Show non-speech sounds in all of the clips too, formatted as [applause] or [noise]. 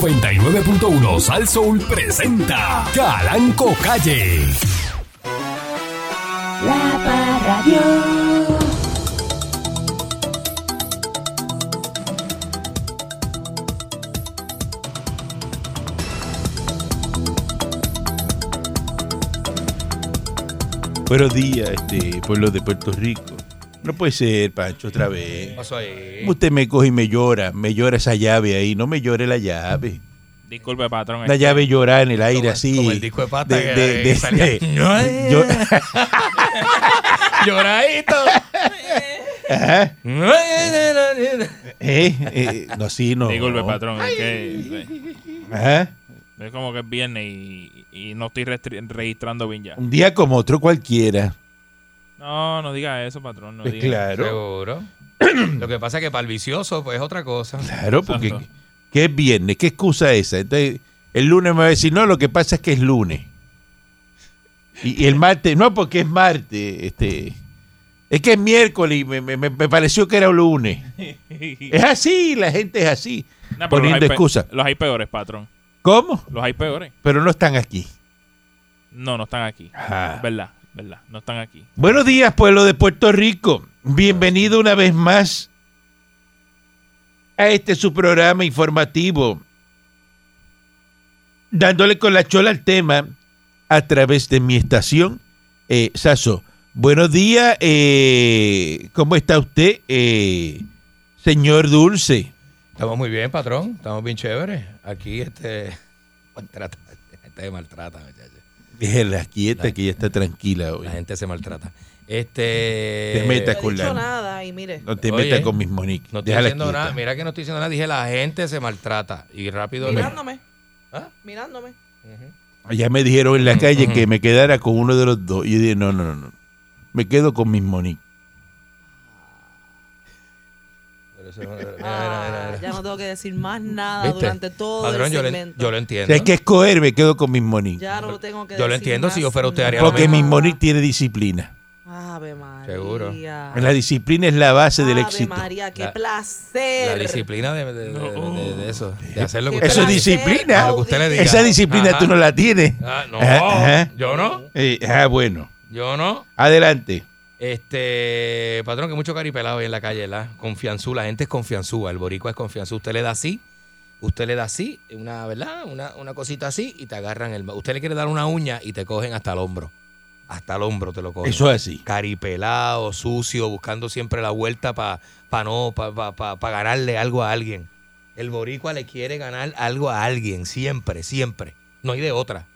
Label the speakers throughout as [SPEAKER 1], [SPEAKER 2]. [SPEAKER 1] 99.1 Sal Soul presenta Calanco Calle.
[SPEAKER 2] La Parradio.
[SPEAKER 3] Buenos días, este pueblo de Puerto Rico. No puede ser, Pancho, otra vez.
[SPEAKER 4] pasó ahí?
[SPEAKER 3] Usted me coge y me llora, me llora esa llave ahí, no me llore la llave.
[SPEAKER 5] Disculpe, patrón.
[SPEAKER 3] La llave llora en el aire
[SPEAKER 4] Como el-
[SPEAKER 3] así.
[SPEAKER 4] como el disco de pata que- que salía. [laughs]
[SPEAKER 3] de- eh, yo-
[SPEAKER 4] Lloradito.
[SPEAKER 3] Ajá, eh, eh, no, así no.
[SPEAKER 5] [laughs] Disculpe, patrón. Es que
[SPEAKER 3] Ajá,
[SPEAKER 5] es como que es viernes y, y no estoy restri- registrando bien ya.
[SPEAKER 3] Un día como otro cualquiera.
[SPEAKER 5] No, no diga eso, patrón. No
[SPEAKER 3] Pues
[SPEAKER 5] diga.
[SPEAKER 3] claro,
[SPEAKER 4] Seguro. Lo que pasa es que para el vicioso pues es otra cosa.
[SPEAKER 3] claro, porque
[SPEAKER 5] Exacto.
[SPEAKER 3] ¿qué es viernes? ¿Qué excusa esa? Entonces, el lunes me va a decir, no, lo que pasa es que es lunes. Y, y el martes, no, porque es martes. Este, es que es miércoles y me, me- me- me pareció que era un lunes. Es así, la gente es así.
[SPEAKER 5] No, pero
[SPEAKER 3] Poniendo
[SPEAKER 5] los hay pe-
[SPEAKER 3] excusa.
[SPEAKER 5] Los hay peores, patrón.
[SPEAKER 3] ¿Cómo?
[SPEAKER 5] Los hay peores.
[SPEAKER 3] Pero no están aquí.
[SPEAKER 5] No, no están aquí.
[SPEAKER 3] Ajá.
[SPEAKER 5] Verdad, verdad. No están aquí.
[SPEAKER 3] Buenos días, pueblo de Puerto Rico. Bienvenido una vez más a este su programa informativo, dándole con la chola al tema a través de mi estación. Eh, Saso, buenos días. eh, ¿Cómo está usted, eh, señor Dulce?
[SPEAKER 4] Estamos muy bien, patrón. Estamos bien chéveres. Aquí este [laughs] maltrata. La gente se maltrata, muchachos.
[SPEAKER 3] Déjela quieta, que ya está tranquila hoy.
[SPEAKER 4] La gente se maltrata. Este
[SPEAKER 3] Te metas
[SPEAKER 6] No he
[SPEAKER 3] con
[SPEAKER 6] dicho
[SPEAKER 3] la...
[SPEAKER 6] nada y mire.
[SPEAKER 3] No te
[SPEAKER 4] Oye,
[SPEAKER 3] metas con mis moniques.
[SPEAKER 4] No estoy
[SPEAKER 3] Déjala
[SPEAKER 4] diciendo
[SPEAKER 3] quieta.
[SPEAKER 4] nada. Mira que no estoy diciendo nada. Dije la gente se maltrata y rápido le-
[SPEAKER 6] Mirándome.
[SPEAKER 4] ¿Ah?
[SPEAKER 6] Mirándome.
[SPEAKER 3] Ya me dijeron en la calle
[SPEAKER 4] ujú.
[SPEAKER 3] que me quedara con uno de los dos. Y yo dije, no, no, no, no. Me quedo con mis moniques.
[SPEAKER 4] Pero eso- eh, mira, mira,
[SPEAKER 6] Ah,
[SPEAKER 4] mira, mira.
[SPEAKER 6] Ya no tengo que decir más nada
[SPEAKER 4] ¿Viste?
[SPEAKER 6] durante todo
[SPEAKER 4] Patrón,
[SPEAKER 6] el
[SPEAKER 4] yo, le-
[SPEAKER 6] segmento.
[SPEAKER 4] yo lo
[SPEAKER 3] O
[SPEAKER 4] entiendo.
[SPEAKER 3] sea, hay que escoger, me quedo con mis moniques.
[SPEAKER 6] ya no tengo que
[SPEAKER 4] yo lo
[SPEAKER 6] decir
[SPEAKER 4] entiendo, si
[SPEAKER 6] más
[SPEAKER 4] yo fuera usted, haría lo
[SPEAKER 3] Porque
[SPEAKER 4] mismo.
[SPEAKER 3] mis moniques tiene disciplina.
[SPEAKER 6] nada. Ave María.
[SPEAKER 4] Seguro.
[SPEAKER 3] La disciplina es la base del
[SPEAKER 6] Ave
[SPEAKER 3] éxito.
[SPEAKER 6] María, qué
[SPEAKER 4] La-
[SPEAKER 6] placer.
[SPEAKER 4] La disciplina de, de- de- de- de eso. De hacer lo que
[SPEAKER 6] Qué
[SPEAKER 3] Eso
[SPEAKER 4] usted
[SPEAKER 3] es
[SPEAKER 4] le-
[SPEAKER 6] placer
[SPEAKER 3] disciplina.
[SPEAKER 4] Lo que usted le diga.
[SPEAKER 3] Esa disciplina
[SPEAKER 4] Ajá.
[SPEAKER 3] tú no la tienes.
[SPEAKER 4] Ah, no,
[SPEAKER 3] Ajá, ajá.
[SPEAKER 4] yo no,
[SPEAKER 3] Eh, ah, bueno.
[SPEAKER 4] yo no.
[SPEAKER 3] Adelante.
[SPEAKER 4] Este, patrón, que mucho caripelado hoy en la calle, ¿la? Confianzú, la gente es confianzúa, el boricua es confianzú. Usted le da así, usted le da así, una, ¿verdad? Una, una cosita así y te agarran el... Usted le quiere dar una uña y te cogen hasta el hombro. Hasta el hombro te lo cogen.
[SPEAKER 3] Eso es así.
[SPEAKER 4] Caripelado, sucio, buscando siempre la vuelta para pa no, para ganarle algo a alguien. El boricua le quiere ganar algo a alguien, siempre, siempre. No hay de otra.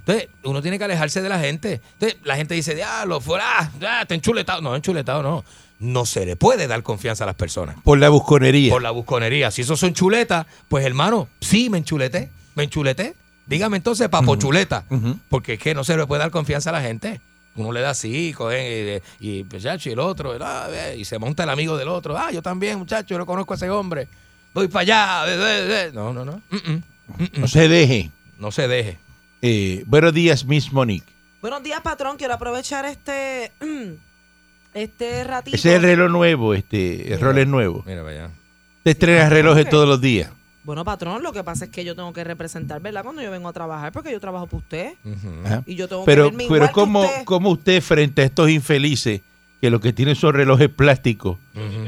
[SPEAKER 4] Entonces, uno tiene que alejarse de la gente. Entonces, la gente dice, diablo, fuera, ah, está enchuletado. No, enchuletado no. No se le puede dar confianza a las personas.
[SPEAKER 3] Por la busconería.
[SPEAKER 4] Por la busconería. Si esos son chuletas, pues hermano, sí, me enchuleté, me enchuleté. Dígame entonces, papo chuleta.
[SPEAKER 3] Ujú.
[SPEAKER 4] Porque es que no se le puede dar confianza a la gente. Uno le da así, cogen, y, y, pues, chacho, y el otro, el, ah, eh, y se monta el amigo del otro. Ah, yo también, muchacho, yo no conozco a ese hombre. Voy para allá. eh, eh, eh. No, no, no. Mm-mm.
[SPEAKER 3] No se deje.
[SPEAKER 4] No se deje.
[SPEAKER 3] Eh, buenos días, Miss Monique.
[SPEAKER 6] Buenos días, patrón. Quiero aprovechar este, [clears throat] este ratito.
[SPEAKER 3] Ese es el reloj nuevo, este, el rol es nuevo.
[SPEAKER 4] Mira para allá.
[SPEAKER 3] Te estrenas relojes todos los días.
[SPEAKER 6] Bueno, patrón, lo que pasa es que yo tengo que representar, ¿verdad? Cuando yo vengo a trabajar, porque yo trabajo para usted.
[SPEAKER 4] Ujú.
[SPEAKER 3] Ajá.
[SPEAKER 6] Y yo tengo que
[SPEAKER 3] Pero,
[SPEAKER 6] verme igual
[SPEAKER 3] pero
[SPEAKER 6] que
[SPEAKER 3] ¿cómo,
[SPEAKER 6] usted.
[SPEAKER 3] ¿cómo usted frente a estos infelices que lo que tienen son relojes plásticos?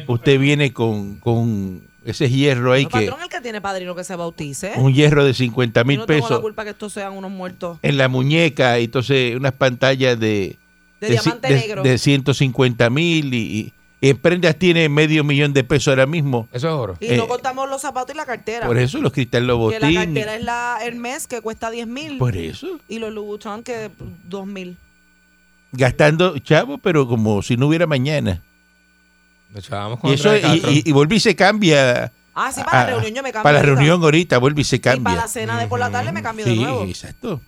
[SPEAKER 3] Usted viene con, con ese hierro ahí
[SPEAKER 6] No,
[SPEAKER 3] que...
[SPEAKER 6] patrón, el que tiene padrino que se bautice.
[SPEAKER 3] Un hierro de 50
[SPEAKER 6] ¿eh? Yo
[SPEAKER 3] mil
[SPEAKER 6] no tengo la
[SPEAKER 3] pesos
[SPEAKER 6] culpa que estos sean unos muertos
[SPEAKER 3] en la muñeca y entonces unas pantallas de...
[SPEAKER 6] de,
[SPEAKER 3] ci-
[SPEAKER 6] diamante
[SPEAKER 3] de-
[SPEAKER 6] negro.
[SPEAKER 3] de 150 mil y, y- y en prendas tiene medio millón de pesos ahora mismo.
[SPEAKER 4] Eso es oro.
[SPEAKER 6] y no
[SPEAKER 3] eh,
[SPEAKER 6] contamos los zapatos y la cartera.
[SPEAKER 3] Por eso los Cristal
[SPEAKER 6] que la
[SPEAKER 3] Lobotín.
[SPEAKER 6] cartera es la Hermes que cuesta 10 mil
[SPEAKER 3] Por eso.
[SPEAKER 6] y los Louboutin que 2 mil.
[SPEAKER 3] Gastando, chavo, pero como si no hubiera mañana.
[SPEAKER 4] Nos echábamos con
[SPEAKER 3] Y eso
[SPEAKER 4] Andrea
[SPEAKER 3] y,
[SPEAKER 4] Castro.
[SPEAKER 3] y- y vuelve y se cambia.
[SPEAKER 6] Ah, sí, para
[SPEAKER 3] Ah,
[SPEAKER 6] la reunión yo me cambio.
[SPEAKER 3] Para la
[SPEAKER 6] ahorita.
[SPEAKER 3] reunión ahorita vuelve y se
[SPEAKER 6] Y
[SPEAKER 3] cambia.
[SPEAKER 6] para la cena de por la tarde me cambio de
[SPEAKER 3] Sí,
[SPEAKER 6] nuevo.
[SPEAKER 3] exacto.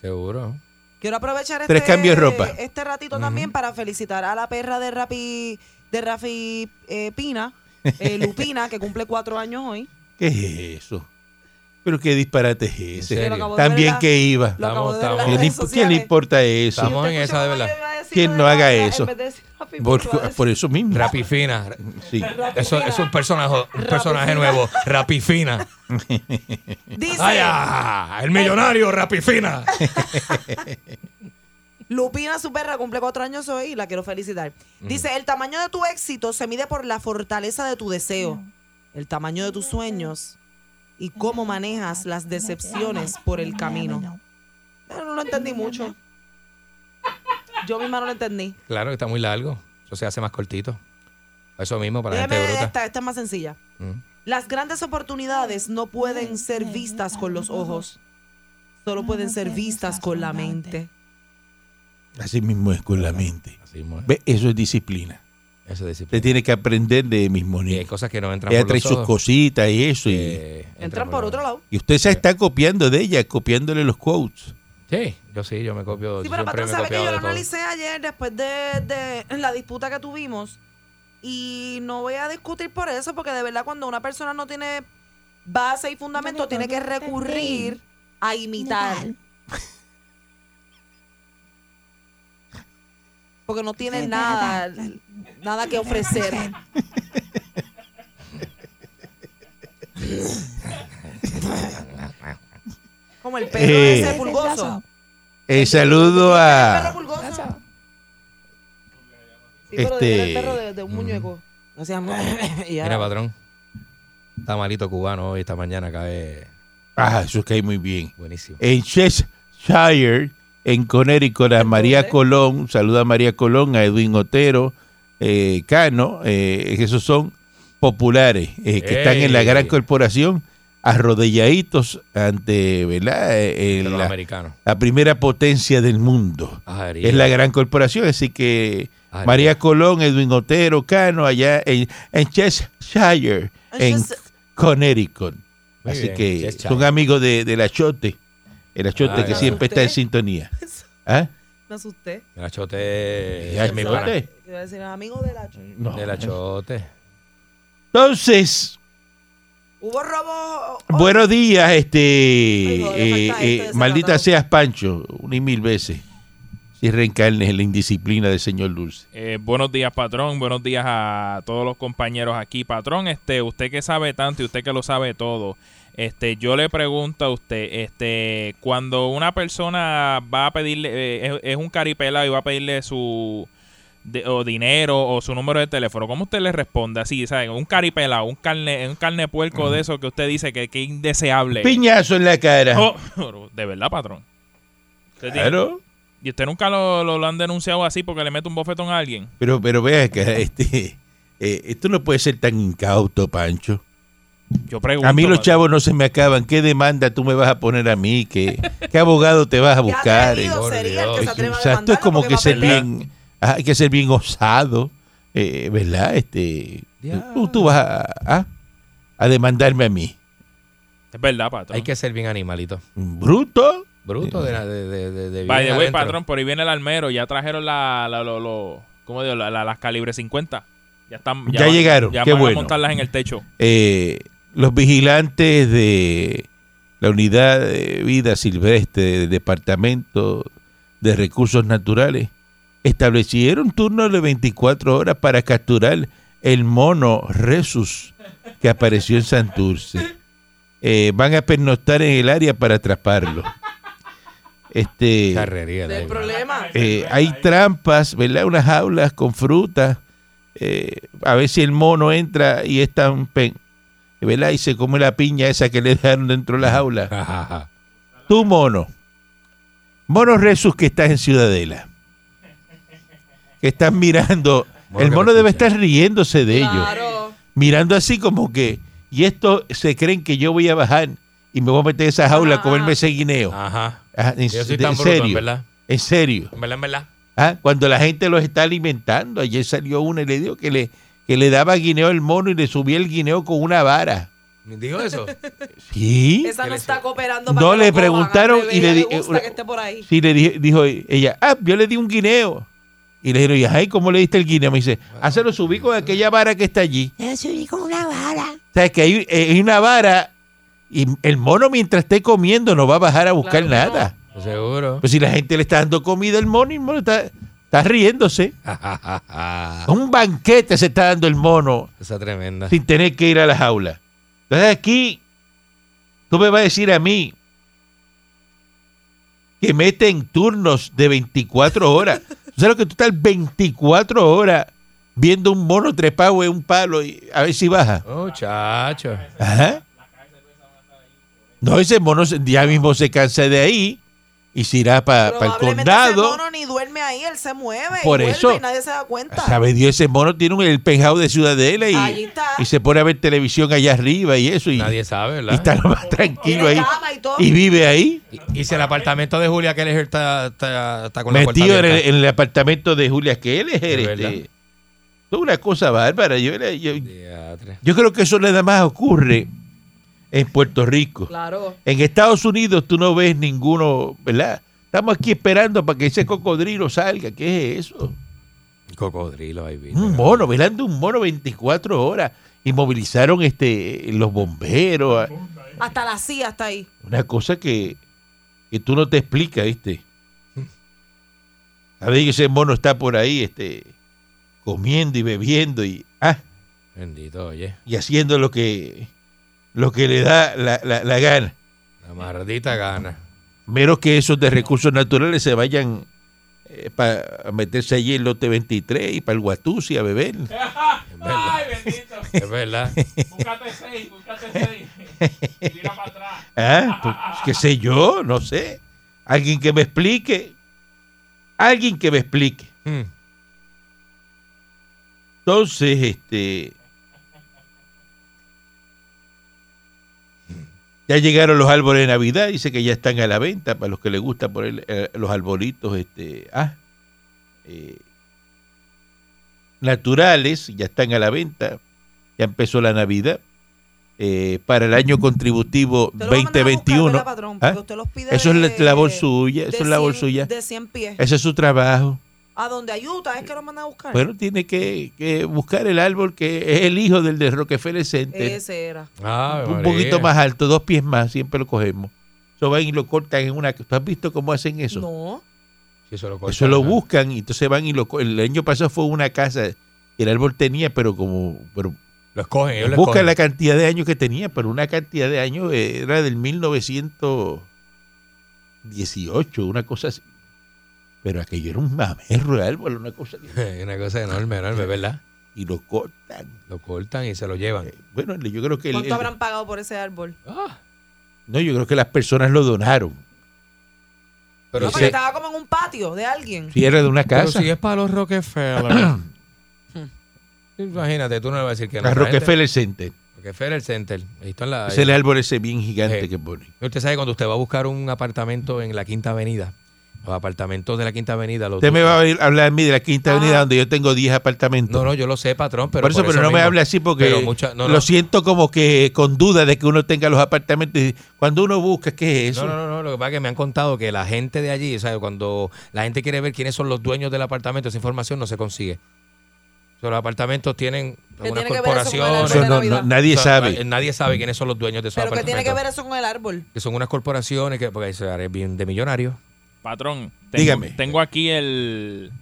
[SPEAKER 4] Seguro.
[SPEAKER 6] Quiero aprovechar
[SPEAKER 3] Tres
[SPEAKER 6] este,
[SPEAKER 3] cambios de ropa.
[SPEAKER 6] este ratito también para felicitar a la perra de Rafi, de Rafi
[SPEAKER 3] [laughs]
[SPEAKER 6] eh, Pina, eh, Lupina, que cumple cuatro años hoy.
[SPEAKER 3] ¿Qué es eso? Pero qué disparate es
[SPEAKER 4] En
[SPEAKER 3] ese.
[SPEAKER 4] serio.
[SPEAKER 3] También que iba.
[SPEAKER 6] Lo acabo
[SPEAKER 4] Estamos-
[SPEAKER 6] de ver en las
[SPEAKER 3] ¿Quién le
[SPEAKER 6] redes
[SPEAKER 3] imp- ¿Quién le
[SPEAKER 6] sociales.
[SPEAKER 3] importa eso?
[SPEAKER 4] Estamos en esa,
[SPEAKER 6] Yo
[SPEAKER 4] de
[SPEAKER 6] escuchaba
[SPEAKER 4] verdad.
[SPEAKER 6] que iba a decir
[SPEAKER 3] ¿Quién
[SPEAKER 6] una
[SPEAKER 3] no haga
[SPEAKER 6] palabra
[SPEAKER 3] eso?
[SPEAKER 6] en vez de decir Happy Birthday.
[SPEAKER 3] Por, por eso mismo.
[SPEAKER 4] Rapifina.
[SPEAKER 3] Sí.
[SPEAKER 4] Eso, eso es un personaje, un personaje nuevo. Rapifina.
[SPEAKER 6] Dice
[SPEAKER 4] ¡Ay, ah! El millonario Rapifina.
[SPEAKER 6] Lupina, su perra, cumple cuatro años hoy y la quiero felicitar. Dice, el tamaño de tu éxito se mide por la fortaleza de tu deseo, el tamaño de tus sueños y cómo manejas las decepciones por el camino. Pero no lo entendí mucho. Yo misma no lo entendí.
[SPEAKER 4] [laughs] Claro que está muy largo. Eso se hace más cortito. Eso mismo para la
[SPEAKER 6] Déjame
[SPEAKER 4] gente bruta.
[SPEAKER 6] esta, esta es más sencilla.
[SPEAKER 4] Mm.
[SPEAKER 6] Las grandes oportunidades no pueden ser vistas con los ojos, solo pueden ser vistas con la mente.
[SPEAKER 3] Así mismo es con la mente.
[SPEAKER 4] Así mismo es.
[SPEAKER 3] Ve, Eso es disciplina.
[SPEAKER 4] Eso es
[SPEAKER 3] Usted
[SPEAKER 4] disciplina.
[SPEAKER 3] tiene que aprender de mismo.
[SPEAKER 4] Y hay
[SPEAKER 3] Ella
[SPEAKER 4] cosas que no entran por
[SPEAKER 3] trae
[SPEAKER 4] los
[SPEAKER 3] sus
[SPEAKER 4] ojos.
[SPEAKER 3] cositas y eso. Y,
[SPEAKER 4] que
[SPEAKER 6] Entran por
[SPEAKER 4] los
[SPEAKER 6] otro
[SPEAKER 4] ojos.
[SPEAKER 6] lado.
[SPEAKER 3] y usted se está copiando de ella, copiándole los quotes.
[SPEAKER 4] Sí, yo sí, yo me copio.
[SPEAKER 6] Sí,
[SPEAKER 4] yo
[SPEAKER 6] pero
[SPEAKER 4] siempre
[SPEAKER 6] patrón,
[SPEAKER 4] me he
[SPEAKER 6] sabe que
[SPEAKER 4] copiado
[SPEAKER 6] yo
[SPEAKER 4] de
[SPEAKER 6] lo
[SPEAKER 4] todo.
[SPEAKER 6] analicé ayer después de, de la disputa que tuvimos y no voy a discutir por eso porque de verdad cuando una persona no tiene base y fundamento tiene que recurrir a imitar porque no tiene nada nada
[SPEAKER 4] [laughs]
[SPEAKER 6] que ofrecer. Como el perro
[SPEAKER 3] Eh.
[SPEAKER 6] ese pulgoso.
[SPEAKER 3] Eh, saludo
[SPEAKER 6] El perro
[SPEAKER 3] a.
[SPEAKER 6] pulgoso. Sí, pero
[SPEAKER 3] Este-
[SPEAKER 6] era el perro de, de un muñeco. O sea, [laughs] y ahora-
[SPEAKER 4] Mira, patrón. Tamalito cubano hoy, esta mañana cae
[SPEAKER 3] Ah, eso cae muy bien.
[SPEAKER 4] buenísimo.
[SPEAKER 3] En Cheshire, en Connecticut, a María Colón. Saluda a María Colón, a Edwin Otero, eh, Cano. eh, esos son populares eh, que están en la
[SPEAKER 4] Ey.
[SPEAKER 3] gran corporación, arrodilladitos ante ¿verdad? Eh, eh,
[SPEAKER 4] de los
[SPEAKER 3] la-
[SPEAKER 4] americanos.
[SPEAKER 3] la primera potencia del mundo.
[SPEAKER 4] Ajaría.
[SPEAKER 3] Es la gran corporación, así que
[SPEAKER 4] Ah,
[SPEAKER 3] María Colón, Edwin Otero, Cano, allá en, en Cheshire,
[SPEAKER 6] [laughs]
[SPEAKER 3] en
[SPEAKER 6] Entonces,
[SPEAKER 3] Connecticut.
[SPEAKER 4] Muy
[SPEAKER 3] así
[SPEAKER 4] bien,
[SPEAKER 3] que
[SPEAKER 4] Cheshire.
[SPEAKER 3] son amigos de, del achote, el achote
[SPEAKER 4] Ah,
[SPEAKER 3] que
[SPEAKER 4] ya.
[SPEAKER 3] siempre está en
[SPEAKER 6] ¿Usted?
[SPEAKER 3] sintonía. ¿Ah?
[SPEAKER 6] me asusté.
[SPEAKER 4] El achote.
[SPEAKER 3] Ya,
[SPEAKER 4] es mi pana.
[SPEAKER 3] ¿Eh?
[SPEAKER 6] Iba a decir, amigo de la...
[SPEAKER 3] No.
[SPEAKER 4] El achote.
[SPEAKER 3] Entonces,
[SPEAKER 6] Hubo robo... hoy?
[SPEAKER 3] buenos días, este
[SPEAKER 6] joder,
[SPEAKER 3] eh,
[SPEAKER 6] falta
[SPEAKER 3] eh,
[SPEAKER 6] esto, ese
[SPEAKER 3] maldita
[SPEAKER 6] ratón.
[SPEAKER 3] seas Pancho, una y mil veces. Si reencarnes en la indisciplina del señor Dulce.
[SPEAKER 5] Eh, buenos días, patrón. Buenos días a todos los compañeros aquí. Patrón, este, usted que sabe tanto y usted que lo sabe todo, este, yo le pregunto a usted, este, cuando una persona va a pedirle, eh, es, es un caripela y va a pedirle su de- o dinero o su número de teléfono, ¿cómo usted le responde? Así, ¿saben? Un caripela, un carne, un carne puerco de eso que usted dice que, que indeseable.
[SPEAKER 3] Piñazo en la cara.
[SPEAKER 5] Oh, de verdad, patrón. Usted tiene-
[SPEAKER 3] Claro.
[SPEAKER 5] Y usted nunca lo, lo- lo han denunciado así porque le mete un bofetón a alguien.
[SPEAKER 3] Pero, pero vea que este, eh, esto no puede ser tan incauto, Pancho.
[SPEAKER 5] Yo pregunto.
[SPEAKER 3] A mí los
[SPEAKER 5] patrón.
[SPEAKER 3] chavos no se me acaban. ¿Qué demanda tú me vas a poner a mí? ¿Qué, qué abogado te vas a
[SPEAKER 6] Qué
[SPEAKER 3] buscar?
[SPEAKER 6] atrevido
[SPEAKER 4] por
[SPEAKER 6] sería el que
[SPEAKER 4] Dios.
[SPEAKER 6] se atreva a
[SPEAKER 3] Exacto, es como
[SPEAKER 6] demandarlo
[SPEAKER 3] que
[SPEAKER 6] porque
[SPEAKER 3] ser
[SPEAKER 6] va a perder.
[SPEAKER 3] bien, ajá, hay que ser bien osado, eh, ¿verdad? Este, tú, tú vas a, a- a demandarme a mí.
[SPEAKER 5] Es verdad, patrón.
[SPEAKER 4] Hay que ser bien animalito.
[SPEAKER 3] Bruto.
[SPEAKER 4] Bruto de, la- de, de, de, de
[SPEAKER 5] By
[SPEAKER 4] bien
[SPEAKER 5] the way,
[SPEAKER 4] adentro.
[SPEAKER 5] patrón, por ahí viene el almero. Ya trajeron la, la, lo- lo- ¿cómo digo? La- la- las calibres 50. Ya están.
[SPEAKER 3] Ya
[SPEAKER 5] van-
[SPEAKER 3] llegaron,
[SPEAKER 5] Ya
[SPEAKER 3] qué
[SPEAKER 5] van
[SPEAKER 3] bueno.
[SPEAKER 5] a montarlas en el techo.
[SPEAKER 3] eh, los vigilantes de la unidad de vida silvestre del Departamento de Recursos Naturales establecieron turnos de 24 horas para capturar el mono Resus que apareció en Santurce. Eh, van a pernoctar en el área para atraparlo. Este,
[SPEAKER 4] Carrería.
[SPEAKER 6] No hay
[SPEAKER 4] David.
[SPEAKER 6] problema.
[SPEAKER 3] eh, hay trampas, ¿verdad? Unas jaulas con frutas. eh, a ver si el mono entra y es tan pen- ¿verdad? Y se come la piña esa que le dejaron dentro de la jaula.
[SPEAKER 4] Ajaja.
[SPEAKER 3] Tú, mono. Mono Resus que estás en Ciudadela. Que estás mirando.
[SPEAKER 4] Mono
[SPEAKER 3] el
[SPEAKER 4] que
[SPEAKER 3] mono
[SPEAKER 4] te
[SPEAKER 3] debe
[SPEAKER 4] escucha.
[SPEAKER 3] estar riéndose de ellos.
[SPEAKER 6] Claro.
[SPEAKER 3] Mirando así como que. Y estos se creen que yo voy a bajar y me voy a meter en esa jaula a
[SPEAKER 6] Ah.
[SPEAKER 3] comerme ese guineo.
[SPEAKER 4] Ajá.
[SPEAKER 3] Ah, en,
[SPEAKER 4] Yo soy
[SPEAKER 3] de-
[SPEAKER 4] tan
[SPEAKER 3] en
[SPEAKER 4] bruto, en
[SPEAKER 3] serio.
[SPEAKER 4] verdad.
[SPEAKER 3] En serio.
[SPEAKER 4] En verdad, en verdad.
[SPEAKER 3] Ah, Cuando la gente los está alimentando. Ayer salió uno y le dijo que le, que le daba guineo al mono y le subía el guineo con una vara. [laughs]
[SPEAKER 4] Digo eso.
[SPEAKER 3] ¿Sí?
[SPEAKER 6] Esa no
[SPEAKER 4] Eres-
[SPEAKER 6] está cooperando.
[SPEAKER 3] No
[SPEAKER 6] que
[SPEAKER 3] le
[SPEAKER 6] lo cojan,
[SPEAKER 3] preguntaron
[SPEAKER 6] al bebé,
[SPEAKER 3] y le
[SPEAKER 6] ya
[SPEAKER 3] di- eh,
[SPEAKER 6] gusta
[SPEAKER 3] una-
[SPEAKER 6] que esté por ahí.
[SPEAKER 3] Sí, le di- dijo ella, ah, yo le di un guineo. Y le dijeron, "Y, ay, ¿cómo le diste el guineo? Me dice, ah, se lo subí con aquella vara que está allí.
[SPEAKER 2] Yo subí con una vara.
[SPEAKER 3] O sea, que hay, eh, hay una vara Y el mono mientras esté comiendo no va a bajar a buscar
[SPEAKER 6] Claro que no.
[SPEAKER 3] nada.
[SPEAKER 4] Seguro.
[SPEAKER 3] Pues si la gente le está dando comida al mono, el mono está, está riéndose.
[SPEAKER 4] Ah.
[SPEAKER 3] Un banquete se está dando el mono
[SPEAKER 4] Esa tremenda.
[SPEAKER 3] sin tener que ir a la jaula. Entonces aquí, tú me vas a decir a mí que meten turnos de 24 horas. ¿Tú sabes lo que tú estás 24 horas viendo un mono trepado en un palo y a ver si baja?
[SPEAKER 4] Oh, chacho.
[SPEAKER 3] Ajá. No, ese mono se- ya mismo se cansa de ahí y se irá para el
[SPEAKER 6] Probablemente
[SPEAKER 3] condado.
[SPEAKER 6] Ese mono ni duerme ahí, él se mueve.
[SPEAKER 3] Por
[SPEAKER 6] y vuelve
[SPEAKER 3] eso.
[SPEAKER 6] Y nadie se da cuenta.
[SPEAKER 3] ¿Sabe Dios? Ese mono tiene un, el penthouse de Ciudadela
[SPEAKER 6] Ahí
[SPEAKER 3] y,
[SPEAKER 6] está.
[SPEAKER 3] y se pone a ver televisión allá arriba y eso. Y,
[SPEAKER 4] Nadie sabe, ¿verdad?
[SPEAKER 3] y está lo más tranquilo
[SPEAKER 6] Tiene
[SPEAKER 3] ahí.
[SPEAKER 6] cama y todo.
[SPEAKER 3] Y vive ahí,
[SPEAKER 4] Y, y si el apartamento de Julia Keller está, está, está con la puerta
[SPEAKER 3] metido en el,
[SPEAKER 4] abierta.
[SPEAKER 3] en el apartamento de Julia Keller.
[SPEAKER 4] De
[SPEAKER 3] este.
[SPEAKER 4] verdad.
[SPEAKER 3] Esto es una cosa bárbara. Yo, era- yo,
[SPEAKER 4] Diatre.
[SPEAKER 3] yo creo que eso nada más ocurre en Puerto Rico.
[SPEAKER 6] Claro.
[SPEAKER 3] En Estados Unidos tú no ves ninguno, ¿verdad? Estamos aquí esperando para que ese cocodrilo salga. ¿Qué es eso?
[SPEAKER 4] Cocodrilo ahí, viste.
[SPEAKER 3] Un mono, velando un mono 24 horas. Y movilizaron este, los bomberos.
[SPEAKER 6] Hasta la CIA está ahí.
[SPEAKER 3] Una cosa que, que tú no te explicas, ¿viste? A ver, ese mono está por ahí, este, comiendo y bebiendo y, ah,
[SPEAKER 4] Bendito, oye.
[SPEAKER 3] y haciendo lo que, lo que le da la, la- la gana.
[SPEAKER 4] La maldita gana.
[SPEAKER 3] Menos que esos de recursos naturales se vayan para meterse allí en lote 23 y para el Guatusi a beber.
[SPEAKER 4] Es verdad.
[SPEAKER 3] [laughs]
[SPEAKER 4] Es verdad.
[SPEAKER 3] ¿Ah? Pues, ¿Qué sé yo? No sé. Alguien que me explique. Alguien que me explique.
[SPEAKER 4] Mm.
[SPEAKER 3] Entonces, este. Ya llegaron los árboles de Navidad, dice que ya están a la venta para los que les gusta poner eh, los arbolitos este, ah, eh, naturales, ya están a la venta, ya empezó la Navidad eh, para el año contributivo
[SPEAKER 6] Usted lo va a mandar a buscar,
[SPEAKER 3] 2021.
[SPEAKER 6] ¿verdad, patrón? Porque
[SPEAKER 3] ¿Ah?
[SPEAKER 6] usted los pide
[SPEAKER 3] Eso es la
[SPEAKER 6] de-
[SPEAKER 3] labor suya,
[SPEAKER 6] de
[SPEAKER 3] eso es labor
[SPEAKER 6] 100
[SPEAKER 3] suya,
[SPEAKER 6] De 100 pies.
[SPEAKER 3] ese es su trabajo.
[SPEAKER 6] A donde ayuda es que lo mandan a buscar.
[SPEAKER 3] Bueno, tiene que, que buscar el árbol que es el hijo del de Rockefeller Center.
[SPEAKER 6] Ese era.
[SPEAKER 4] Ave
[SPEAKER 3] un
[SPEAKER 4] María.
[SPEAKER 3] poquito más alto, dos pies más, siempre lo cogemos. Eso van y lo cortan en una... ¿Tú has visto cómo hacen eso?
[SPEAKER 6] No.
[SPEAKER 4] Sí, eso lo,
[SPEAKER 3] eso
[SPEAKER 4] cortan,
[SPEAKER 3] lo
[SPEAKER 4] ¿no?
[SPEAKER 3] buscan y entonces van y lo... co- El año pasado fue una casa que el árbol tenía, pero como... Pero
[SPEAKER 4] Lo escogen, ellos lo
[SPEAKER 3] buscan
[SPEAKER 4] escogen.
[SPEAKER 3] la cantidad de años que tenía, pero una cantidad de años eh, era del 1918, una cosa así. Pero aquello era un mamerro de árbol, una cosa... que-
[SPEAKER 4] [laughs] Una cosa enorme, enorme, ¿verdad?
[SPEAKER 3] Y lo cortan.
[SPEAKER 4] Lo cortan y se lo llevan.
[SPEAKER 3] Eh, Bueno, yo creo que... el-
[SPEAKER 6] ¿Cuánto
[SPEAKER 3] el-
[SPEAKER 6] habrán pagado por ese árbol?
[SPEAKER 4] Ah,
[SPEAKER 3] no, yo creo que las personas lo donaron.
[SPEAKER 4] pero,
[SPEAKER 6] no,
[SPEAKER 4] si,
[SPEAKER 6] pero estaba como en un patio de alguien.
[SPEAKER 3] Si era de una
[SPEAKER 4] pero
[SPEAKER 3] casa.
[SPEAKER 4] si es para
[SPEAKER 3] [clears throat]
[SPEAKER 4] los Rockefeller. Imagínate, tú no le vas a decir que no.
[SPEAKER 3] La
[SPEAKER 4] Esa gente-
[SPEAKER 3] Rockefeller Center.
[SPEAKER 4] Rockefeller Center. Ahí está la.
[SPEAKER 3] Es el árbol ese bien gigante
[SPEAKER 4] Sí.
[SPEAKER 3] que pone.
[SPEAKER 4] Usted sabe cuando usted va a buscar un apartamento en la Quinta Avenida, los apartamentos de la Quinta Avenida. Los
[SPEAKER 3] Usted me va a venir a hablar a mí de la Quinta
[SPEAKER 6] Ah.
[SPEAKER 3] Avenida donde yo tengo 10 apartamentos.
[SPEAKER 4] No, no, yo lo sé, patrón, pero
[SPEAKER 3] por eso, pero no me
[SPEAKER 4] mismo.
[SPEAKER 3] hable así porque
[SPEAKER 4] Pero mucha- no,
[SPEAKER 3] lo
[SPEAKER 4] no.
[SPEAKER 3] siento como que con duda de que uno tenga los apartamentos. Y Cuando uno busca, ¿qué es eso?
[SPEAKER 4] No, no, no, no, lo que pasa es que me han contado que la gente de allí, ¿sabes? cuando la gente quiere ver quiénes son los dueños del apartamento, esa información no se consigue. O sea, los apartamentos tienen
[SPEAKER 6] ¿Qué
[SPEAKER 4] algunas
[SPEAKER 6] tiene que ver eso con el árbol
[SPEAKER 4] corporaciones.
[SPEAKER 3] Eso
[SPEAKER 6] de
[SPEAKER 3] no-
[SPEAKER 6] Navidad.
[SPEAKER 3] no- nadie
[SPEAKER 4] O sea, eh,
[SPEAKER 3] sabe.
[SPEAKER 4] Nadie sabe quiénes son los dueños de esos
[SPEAKER 6] Pero ¿qué
[SPEAKER 4] apartamentos.
[SPEAKER 6] tiene que ver eso con el árbol?
[SPEAKER 4] que son unas corporaciones que porque eso es bien de millonarios.
[SPEAKER 5] Patrón, tengo,
[SPEAKER 3] Dígame.
[SPEAKER 5] tengo aquí el,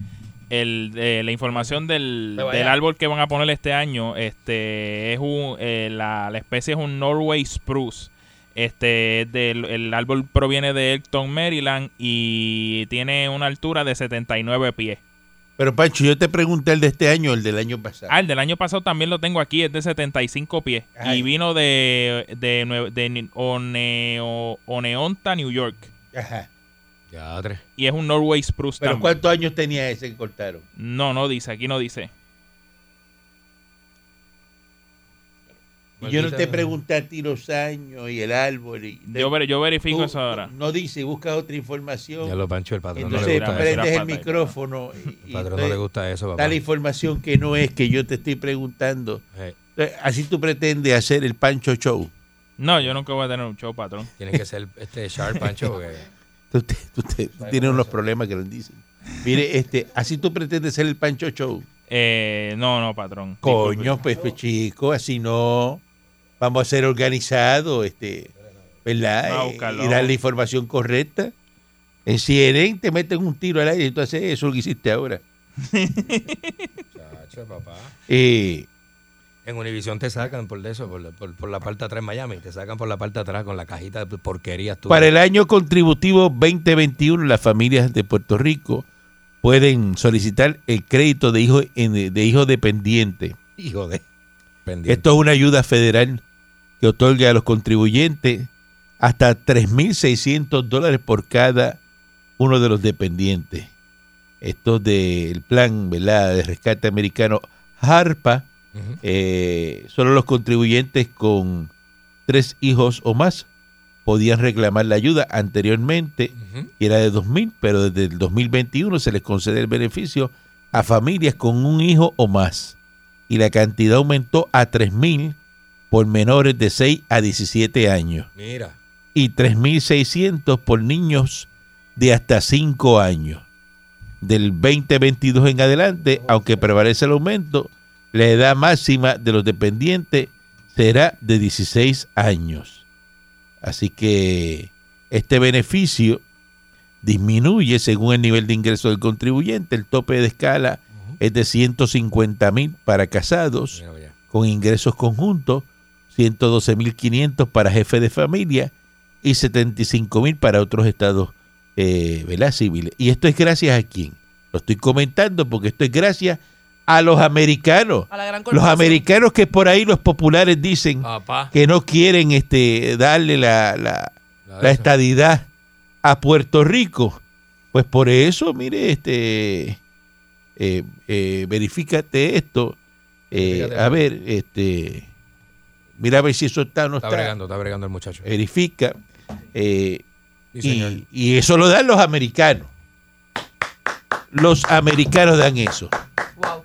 [SPEAKER 5] el de la información del,
[SPEAKER 4] Me vaya.
[SPEAKER 5] del árbol que van a poner este año. Este es un eh, la, la especie es un Norway spruce. Este es del- el árbol proviene de Elkton, Maryland y tiene una altura de 79 pies.
[SPEAKER 3] Pero Pancho, yo te pregunté el de este año, el del año pasado.
[SPEAKER 5] Ah, el del año pasado también lo tengo aquí, es de 75 pies
[SPEAKER 3] Ay.
[SPEAKER 5] y vino de de, Nue- de Ni- Oneo- Oneonta, New York
[SPEAKER 3] Ajá.
[SPEAKER 4] Ya, tres.
[SPEAKER 5] y es un Norway spruce
[SPEAKER 3] Pero
[SPEAKER 5] también.
[SPEAKER 3] ¿cuántos años tenía ese que cortaron?
[SPEAKER 5] No, no dice, aquí no dice.
[SPEAKER 3] Y yo no te pregunté a ti los años y el árbol. Y
[SPEAKER 5] Yo, ver- yo verifico
[SPEAKER 3] Tú-
[SPEAKER 5] eso ahora.
[SPEAKER 3] No dice, busca otra información.
[SPEAKER 4] Ya lo pancho el patrón. no le
[SPEAKER 3] Entonces
[SPEAKER 4] gusta
[SPEAKER 5] parece-
[SPEAKER 4] eso.
[SPEAKER 3] prendes el
[SPEAKER 5] Pata,
[SPEAKER 3] micrófono y,
[SPEAKER 4] [laughs] El
[SPEAKER 3] y
[SPEAKER 4] patrón no
[SPEAKER 3] entonces
[SPEAKER 4] le gusta eso, papá.
[SPEAKER 3] da la información que no es que yo te estoy preguntando.
[SPEAKER 4] Eh,
[SPEAKER 3] Entonces, Así tú pretendes hacer el Pancho Show.
[SPEAKER 5] No, yo nunca voy a tener un show, patrón.
[SPEAKER 4] tiene que ser este sharp pancho porque
[SPEAKER 3] Tú, te- tú te- tú tienes unos problemas grandísimos. Mire, este, así tú pretendes hacer el Pancho Show.
[SPEAKER 5] Eh, no, no, patrón.
[SPEAKER 3] Coño, pues, pues, chico, así no. Vamos a ser organizados, este. ¿verdad? Eh,
[SPEAKER 5] Vamos a buscarlo,
[SPEAKER 3] y
[SPEAKER 5] vamos.
[SPEAKER 3] dar la información correcta. En CNN te meten un tiro al aire y tú haces eso que hiciste ahora.
[SPEAKER 4] Chacho, papá.
[SPEAKER 3] Eh,
[SPEAKER 4] En Univision te sacan por eso, por, por- por la parte de atrás en Miami. Te sacan por la parte de atrás con la cajita de porquerías. tú.
[SPEAKER 3] para el año contributivo 2021, las familias de Puerto Rico pueden solicitar el crédito de hijo, en- de hijo dependiente.
[SPEAKER 4] Hijo de... Pendiente.
[SPEAKER 3] Esto es una ayuda federal que otorga a los contribuyentes hasta 3.600 dólares por cada uno de los dependientes. Esto es del plan ¿verdad? de rescate americano HARPA.
[SPEAKER 4] Ujú.
[SPEAKER 3] eh, solo los contribuyentes con tres hijos o más podían reclamar la ayuda anteriormente
[SPEAKER 4] Ujú.
[SPEAKER 3] y era de 2.000, pero desde el 2021 se les concede el beneficio a familias con un hijo o más. Y la cantidad aumentó a 3.000 por menores de 6 a 17 años
[SPEAKER 4] Mira.
[SPEAKER 3] y 3.600 por niños de hasta 5 años. Del 2022 en adelante, aunque prevalece el aumento, la edad máxima de los dependientes será de 16 años. Así que este beneficio disminuye según el nivel de ingreso del contribuyente. El tope de escala es de 150 mil para casados,
[SPEAKER 4] Mira, mira.
[SPEAKER 3] con ingresos conjuntos, 112.500 para jefe de familia y 75.000 para otros estados eh, ¿verdad? civiles. ¿Y esto es gracias a quién? Lo estoy comentando porque esto es gracias a los americanos.
[SPEAKER 6] A la gran
[SPEAKER 3] Los
[SPEAKER 6] corporación.
[SPEAKER 3] americanos que por ahí los populares dicen
[SPEAKER 4] Papá.
[SPEAKER 3] que no quieren este, darle la, la-
[SPEAKER 4] La
[SPEAKER 3] la
[SPEAKER 4] de-
[SPEAKER 3] estadidad a Puerto Rico. Pues por eso, mire, este eh, eh, verifícate esto. eh,
[SPEAKER 4] Verifícate,
[SPEAKER 3] a
[SPEAKER 4] ¿no?
[SPEAKER 3] ver, este mira a ver si eso está o no
[SPEAKER 4] Está
[SPEAKER 3] está.
[SPEAKER 4] bregando, está bregando el muchacho.
[SPEAKER 3] Verifica. eh,
[SPEAKER 4] Sí, señor.
[SPEAKER 3] y, y eso lo dan los americanos. Los americanos dan eso.
[SPEAKER 6] Wow.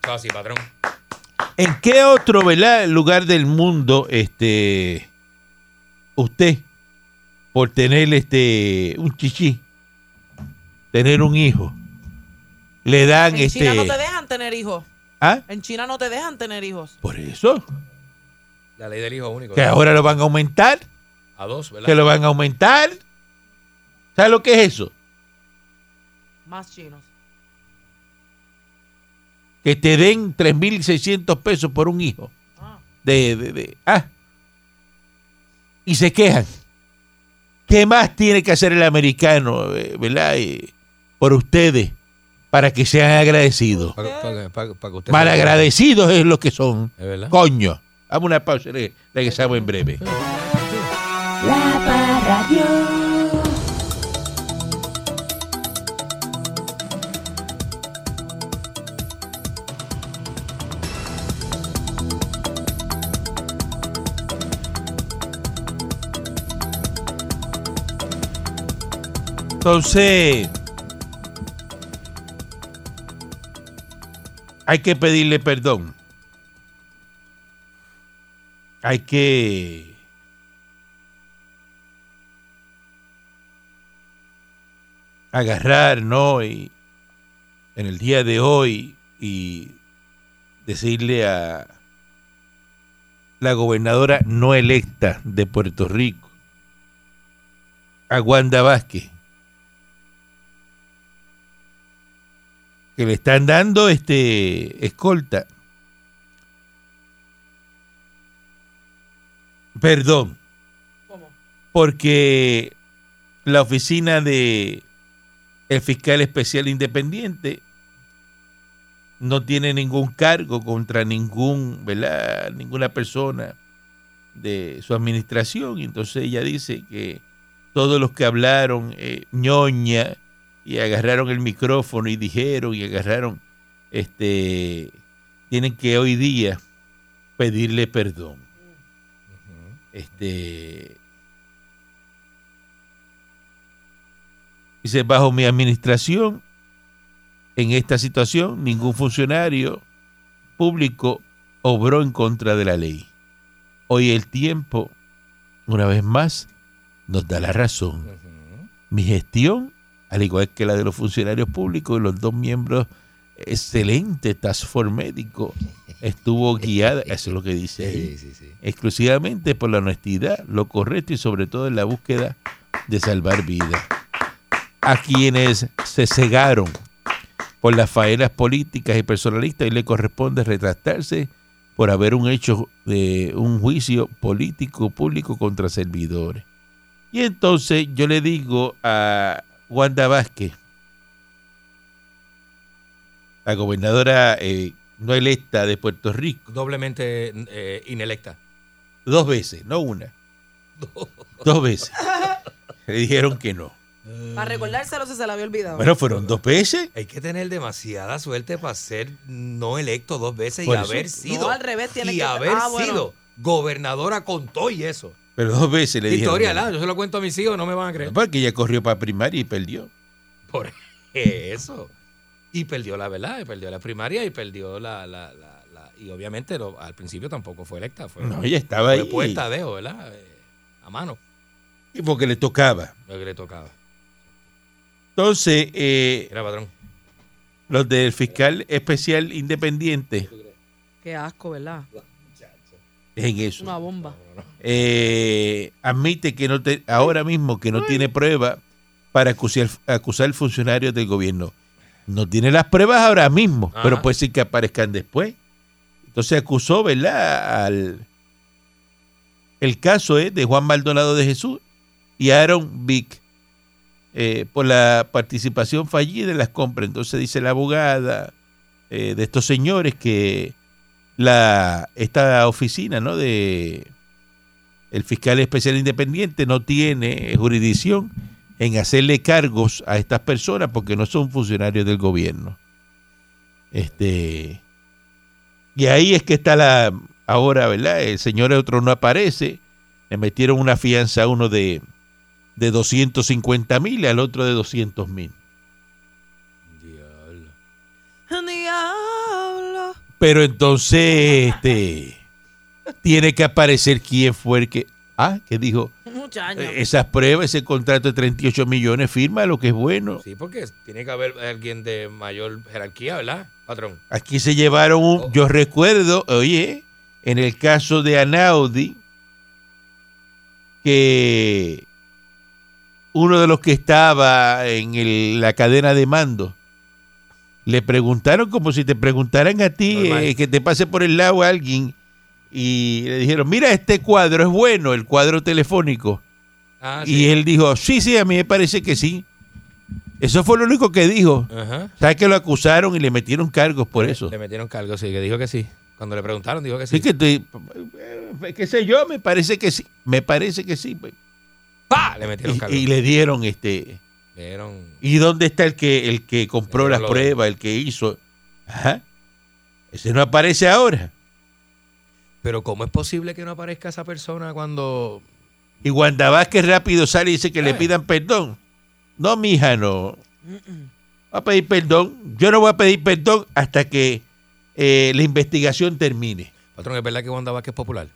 [SPEAKER 4] Casi, Ah, patrón.
[SPEAKER 3] ¿En qué otro ¿verdad? lugar del mundo este usted por tener este un chichi, tener un hijo, le dan
[SPEAKER 6] En
[SPEAKER 3] este
[SPEAKER 6] China no te dejan tener hijos.
[SPEAKER 3] ¿Ah?
[SPEAKER 6] En China no te dejan tener hijos.
[SPEAKER 3] Por eso,
[SPEAKER 4] La ley del hijo único.
[SPEAKER 3] que ahora lo van a aumentar,
[SPEAKER 4] A dos, ¿verdad?
[SPEAKER 3] que lo van a aumentar. ¿Sabes lo que es eso?
[SPEAKER 6] Más chinos.
[SPEAKER 3] Que te den 3.600 pesos por un hijo.
[SPEAKER 6] Ah.
[SPEAKER 3] de, de- de- ah. y se quejan. ¿Qué más tiene que hacer el americano, eh, verdad? eh, por ustedes, para que sean agradecidos.
[SPEAKER 4] Para, para- para- para que usted...
[SPEAKER 3] Malagradecidos es lo que son.
[SPEAKER 4] Es verdad.
[SPEAKER 3] Coño. Vamos a una pausa, re- regresamos en breve.
[SPEAKER 2] La Parradio.
[SPEAKER 3] Entonces, hay que pedirle perdón. Hay que... agarrar, ¿no? Y en el día de hoy y decirle a la gobernadora no electa de Puerto Rico, a Wanda Vázquez, que le están dando este escolta. Perdón,
[SPEAKER 6] ¿Cómo?
[SPEAKER 3] porque la oficina de el fiscal especial independiente no tiene ningún cargo contra ningún, ¿verdad? ninguna persona de su administración. Y Entonces ella dice que todos los que hablaron eh, ñoña y agarraron el micrófono y dijeron y agarraron, este, tienen que hoy día pedirle perdón. Este, Dice, bajo mi administración, en esta situación, ningún funcionario público obró en contra de la ley. Hoy el tiempo, una vez más, nos da la razón. Mi gestión, al igual que la de los funcionarios públicos y los dos miembros excelente task force médico estuvo guiada, eso es lo que dice ahí,
[SPEAKER 4] Sí, sí, sí.
[SPEAKER 3] exclusivamente por la honestidad, lo correcto y sobre todo en la búsqueda de salvar vidas. A quienes se cegaron por las faenas políticas y personalistas y le corresponde retractarse por haber un hecho de un juicio político público contra servidores. Y entonces yo le digo a Wanda Vázquez, la gobernadora eh, no electa de Puerto Rico,
[SPEAKER 4] Doblemente eh, inelecta.
[SPEAKER 3] dos veces, no una, dos veces. Le dijeron que no.
[SPEAKER 6] Para recordárselo si se la había olvidado.
[SPEAKER 3] Mm. Bueno, fueron dos veces.
[SPEAKER 4] Hay que tener demasiada suerte para ser no electo dos veces
[SPEAKER 3] Por
[SPEAKER 4] y
[SPEAKER 3] eso.
[SPEAKER 4] haber sido.
[SPEAKER 6] No, al revés, tiene
[SPEAKER 4] y
[SPEAKER 6] que-
[SPEAKER 4] haber
[SPEAKER 6] Ah, bueno.
[SPEAKER 4] sido gobernadora con todo y eso.
[SPEAKER 3] Pero dos veces le dijeron.
[SPEAKER 4] Victoria,
[SPEAKER 3] que no.
[SPEAKER 4] la, yo se lo cuento a mis hijos, no me van a creer.
[SPEAKER 3] Porque ella corrió para primaria y perdió.
[SPEAKER 4] Por
[SPEAKER 3] pues.
[SPEAKER 4] eso. Y perdió la verdad, y perdió la primaria y perdió la. la- la- la- y obviamente no, al principio tampoco fue electa. Fue,
[SPEAKER 3] No, ella estaba
[SPEAKER 4] fue
[SPEAKER 3] ahí.
[SPEAKER 4] puesta a dedo, ¿verdad? Eh, A mano,
[SPEAKER 3] Y porque le tocaba.
[SPEAKER 4] lo que le tocaba.
[SPEAKER 3] Entonces, eh,
[SPEAKER 4] Era patrón.
[SPEAKER 3] los del fiscal especial independiente
[SPEAKER 6] Qué asco, ¿verdad?
[SPEAKER 3] en eso.
[SPEAKER 6] Una bomba.
[SPEAKER 3] eh, admite que no te- ahora mismo que no tiene prueba para acusar, acusar funcionarios del gobierno. No tiene las pruebas ahora mismo,
[SPEAKER 4] Ajá.
[SPEAKER 3] pero puede ser que aparezcan después. Entonces acusó, ¿verdad? Al, el caso es de Juan Maldonado de Jesús y Aaron Vick eh, por la participación fallida en las compras. Entonces dice la abogada eh, de estos señores que la, esta oficina ¿no? de el fiscal especial independiente no tiene jurisdicción en hacerle cargos a estas personas porque no son funcionarios del gobierno. Este y ahí es que está la ahora, ¿verdad? El señor otro no aparece. Le metieron una fianza a uno de de 250 mil y al otro de 200 mil.
[SPEAKER 4] Diablo.
[SPEAKER 6] Diablo.
[SPEAKER 3] Pero entonces, este, tiene que aparecer quién fue el que, ah, que dijo,
[SPEAKER 6] Muchos años.
[SPEAKER 3] Eh, Esas pruebas, ese contrato de 38 millones, firma lo que es bueno.
[SPEAKER 4] Sí, porque tiene que haber alguien de mayor jerarquía, ¿verdad, patrón?
[SPEAKER 3] Aquí se llevaron
[SPEAKER 4] Oh.
[SPEAKER 3] un, yo recuerdo, oye, en el caso de Anaudi, que uno de los que estaba en el- la cadena de mando, le preguntaron como si te preguntaran a ti
[SPEAKER 4] Normal.
[SPEAKER 3] eh, que te pase por el lado a alguien y le dijeron, mira, este cuadro es bueno, el cuadro telefónico.
[SPEAKER 4] Ah,
[SPEAKER 3] Y él dijo, sí, sí, a mí me parece que sí. Eso fue lo único que dijo.
[SPEAKER 4] Ajá.
[SPEAKER 3] ¿Sabes que lo acusaron y le metieron cargos por eso?
[SPEAKER 4] Le metieron cargo, sí, que dijo que sí. Cuando le preguntaron, dijo que sí.
[SPEAKER 3] Así que estoy, eh, qué sé yo, me parece que sí, me parece que sí. pues.
[SPEAKER 4] ¡Pa! Ah, Le metieron
[SPEAKER 3] Y,
[SPEAKER 4] cargo.
[SPEAKER 3] y le dieron este,
[SPEAKER 4] Le dieron-
[SPEAKER 3] ¿y dónde está el que el que compró
[SPEAKER 4] El
[SPEAKER 3] las
[SPEAKER 4] lo-
[SPEAKER 3] pruebas, el que hizo? Ajá. Ese no aparece ahora.
[SPEAKER 4] Pero ¿cómo es posible que no aparezca esa persona cuando...
[SPEAKER 3] Y Wanda Vázquez rápido sale y dice que le
[SPEAKER 4] Ay.
[SPEAKER 3] pidan perdón. No, mija, no. Va a pedir perdón. Yo no voy a pedir perdón hasta que eh, la investigación termine.
[SPEAKER 4] Patrón, es verdad que Wanda Vázquez es popular.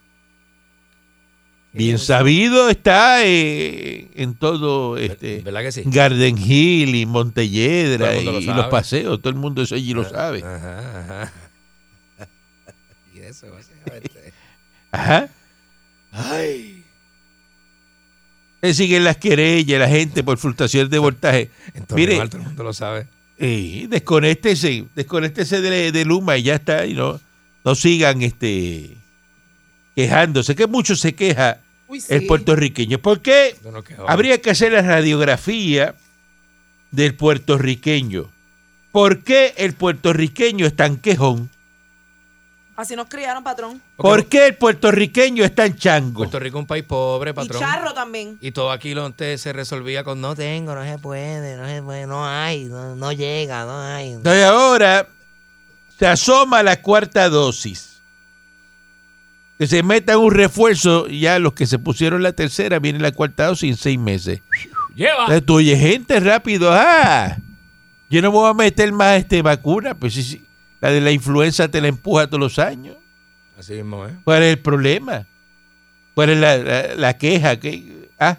[SPEAKER 3] Bien sabido está eh, en todo este
[SPEAKER 4] Ver- ¿Verdad que sí?
[SPEAKER 3] Garden Hill y
[SPEAKER 4] Todo
[SPEAKER 3] Montelledra
[SPEAKER 4] el
[SPEAKER 3] y,
[SPEAKER 4] mundo lo
[SPEAKER 3] y
[SPEAKER 4] sabe. Ah,
[SPEAKER 3] los paseos. Todo el mundo eso allí lo sabe.
[SPEAKER 4] Ajá, ajá. [laughs] y eso,
[SPEAKER 3] [laughs]
[SPEAKER 4] básicamente.
[SPEAKER 3] Ajá.
[SPEAKER 4] ¡Ay!
[SPEAKER 3] Él sigue las querellas, la gente por fluctuaciones de voltaje.
[SPEAKER 4] Entonces,
[SPEAKER 3] Mire.
[SPEAKER 4] igual todo el mundo lo sabe.
[SPEAKER 3] Eh, desconéctese, desconéctese de, de Luma y ya está, y no, no sigan este quejándose, que mucho se queja
[SPEAKER 6] Uy, sí.
[SPEAKER 3] el puertorriqueño. eh, ¿Por qué
[SPEAKER 4] Esto no quedó.
[SPEAKER 3] habría que hacer la radiografía del puertorriqueño? ¿Por qué el puertorriqueño es tan quejón?
[SPEAKER 6] Así nos criaron, patrón.
[SPEAKER 3] ¿Por qué el puertorriqueño es tan chango?
[SPEAKER 4] Puerto Rico es un país pobre, patrón.
[SPEAKER 6] Y charro también.
[SPEAKER 4] Y todo aquí lo antes se resolvía con no tengo, no se puede, no se puede, no hay, no, no llega, no hay.
[SPEAKER 3] Entonces ahora se asoma la cuarta dosis. Que se metan un refuerzo, ya los que se pusieron la tercera, viene la cuarta dosis en seis meses.
[SPEAKER 4] ¡Lleva!
[SPEAKER 3] Entonces tú oyes gente rápido, ah, yo no me voy a meter más este vacuna, pues sí, sí, la de la influenza te la empuja todos los años.
[SPEAKER 4] Así mismo, ¿eh?
[SPEAKER 3] ¿Cuál es el problema? ¿Cuál es la, la- la queja? ¿Qué? Ah,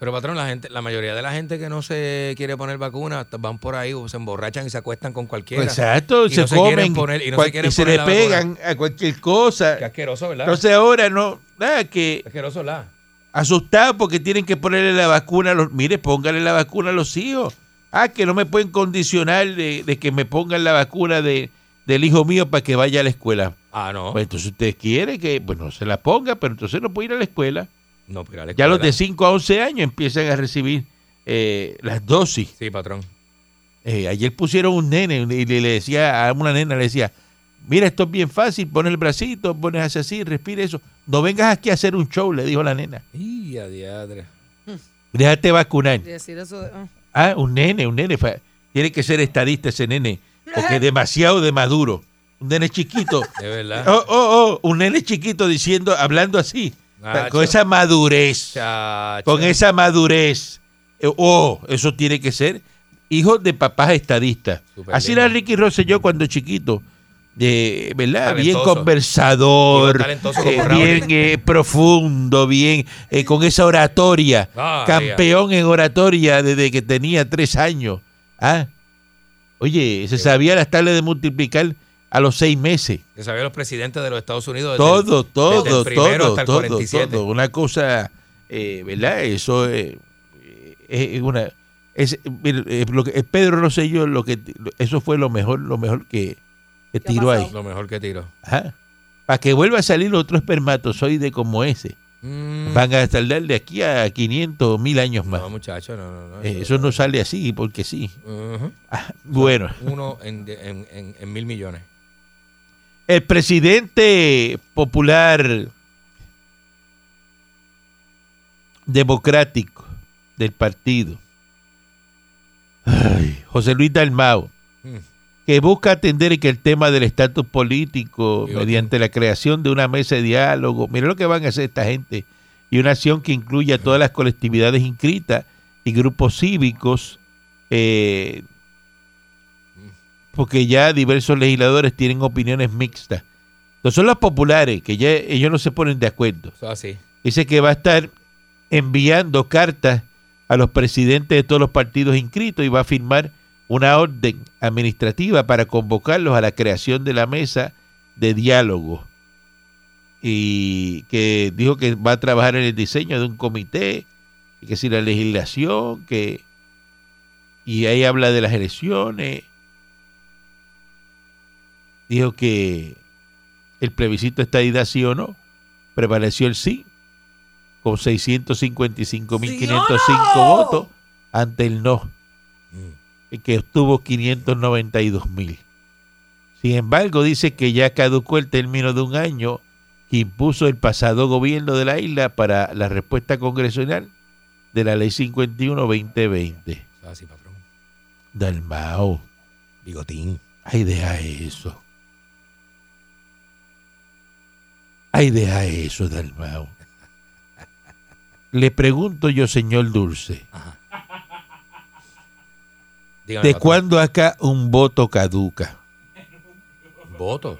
[SPEAKER 4] Pero patrón, la gente, la mayoría de la gente que no se quiere poner vacuna t- van por ahí, o se emborrachan y se acuestan con cualquiera.
[SPEAKER 3] Pues, Exacto,
[SPEAKER 4] Y
[SPEAKER 3] se
[SPEAKER 4] no
[SPEAKER 3] comen
[SPEAKER 4] quieren poner- y no
[SPEAKER 3] cual-
[SPEAKER 4] se quieren
[SPEAKER 3] le
[SPEAKER 4] poner la vacuna.
[SPEAKER 3] pegan a cualquier cosa.
[SPEAKER 4] Qué asqueroso, ¿verdad?
[SPEAKER 3] Entonces ahora no, nada, que
[SPEAKER 4] asqueroso, ¿verdad?
[SPEAKER 3] asustados porque tienen que ponerle la vacuna a los, mire, póngale la vacuna a los hijos. Ah, que no me pueden condicionar de, de que me pongan la vacuna de, del hijo mío para que vaya a la escuela.
[SPEAKER 4] Ah, no.
[SPEAKER 3] Pues entonces usted quiere que, pues no se la ponga, pero entonces no puede ir a la escuela.
[SPEAKER 4] no, pero a la
[SPEAKER 3] Ya los de
[SPEAKER 4] escuela.
[SPEAKER 3] 5 a 11 años empiezan a recibir eh, las dosis.
[SPEAKER 4] Sí, patrón.
[SPEAKER 3] Eh, ayer pusieron un nene y le, le decía a una nena, le decía, mira, esto es bien fácil, pones el bracito, pones hacia así, respira eso. No vengas aquí a hacer un show, le dijo la nena.
[SPEAKER 4] Y a diadre.
[SPEAKER 3] Déjate vacunar.
[SPEAKER 6] Decir eso de- ah.
[SPEAKER 3] Ah, un nene, un nene. fa- Tiene que ser estadista ese nene, porque es demasiado de maduro. Un nene chiquito.
[SPEAKER 4] De verdad.
[SPEAKER 3] Oh, oh, oh, un nene chiquito diciendo, hablando así,
[SPEAKER 4] Nacho.
[SPEAKER 3] con esa madurez.
[SPEAKER 4] Chacho.
[SPEAKER 3] Con esa madurez. Eh, Oh, eso tiene que ser hijo de papás estadistas.
[SPEAKER 4] Súper
[SPEAKER 3] Así
[SPEAKER 4] lindo.
[SPEAKER 3] era Ricky Rosselló cuando chiquito. eh, ¿Verdad?
[SPEAKER 4] Talentoso.
[SPEAKER 3] Bien conversador,
[SPEAKER 4] Hijo talentoso como
[SPEAKER 3] eh,
[SPEAKER 4] Raúl.
[SPEAKER 3] bien eh, profundo, bien eh, con esa oratoria.
[SPEAKER 4] Ah,
[SPEAKER 3] campeón en oratoria desde que tenía tres años. Ah, Oye, se sabía las tablas de multiplicar a los seis meses.
[SPEAKER 4] Que sabía los presidentes de los Estados Unidos. desde el-
[SPEAKER 3] Todo, todo,
[SPEAKER 4] desde el primero
[SPEAKER 3] todo,
[SPEAKER 4] hasta el
[SPEAKER 3] todo,
[SPEAKER 4] 47.
[SPEAKER 3] todo. Una cosa, eh, ¿verdad? Eso eh, es, es una... Es, mira, eh, lo que- eh, Pedro Rosselló, lo que, lo- eso fue lo mejor, lo mejor que, que tiró ahí.
[SPEAKER 4] Lo mejor que tiró.
[SPEAKER 3] Para que vuelva a salir otro espermatozoide como ese.
[SPEAKER 4] Mm.
[SPEAKER 3] Van a tardar de aquí a 500 o 1000 años más.
[SPEAKER 4] No, muchacho, no, no, no.
[SPEAKER 3] Eh, eso no sale así porque sí.
[SPEAKER 4] Ujú.
[SPEAKER 3] Ah, bueno.
[SPEAKER 4] Uno en, en- en- en mil millones.
[SPEAKER 3] El presidente popular democrático del partido, ay, José Luis Dalmao,
[SPEAKER 4] Mm.
[SPEAKER 3] que busca atender que el tema del estatus político
[SPEAKER 4] Dios.
[SPEAKER 3] mediante la creación de una mesa de diálogo, mira lo que van a hacer esta gente, y una acción que incluya a todas las colectividades inscritas y grupos cívicos eh, porque ya diversos legisladores tienen opiniones mixtas. No son los populares, que ya ellos no se ponen de acuerdo.
[SPEAKER 4] Eso así.
[SPEAKER 3] Dice que va a estar enviando cartas a los presidentes de todos los partidos inscritos y va a firmar una orden administrativa para convocarlos a la creación de la mesa de diálogo. Y que dijo que va a trabajar en el diseño de un comité, y que si la legislación, que y ahí habla de las elecciones. Dijo que el plebiscito está ahí, da sí o no. Prevaleció el sí, con 655.505
[SPEAKER 6] ¿Sí o no?
[SPEAKER 3] votos ante el no, que obtuvo 592.000. Sin embargo, dice que ya caducó el término de un año que impuso el pasado gobierno de la isla para la respuesta congresional de la Ley 51-2020.
[SPEAKER 4] Eso así, patrón.
[SPEAKER 3] Dalmao,
[SPEAKER 4] Bigotín.
[SPEAKER 3] ay, deja eso. Ay, deja eso, Dalmao. Le pregunto yo, señor Dulce,
[SPEAKER 4] Dígame,
[SPEAKER 3] ¿de
[SPEAKER 4] patrón.
[SPEAKER 3] cuándo acá un voto caduca?
[SPEAKER 4] Voto.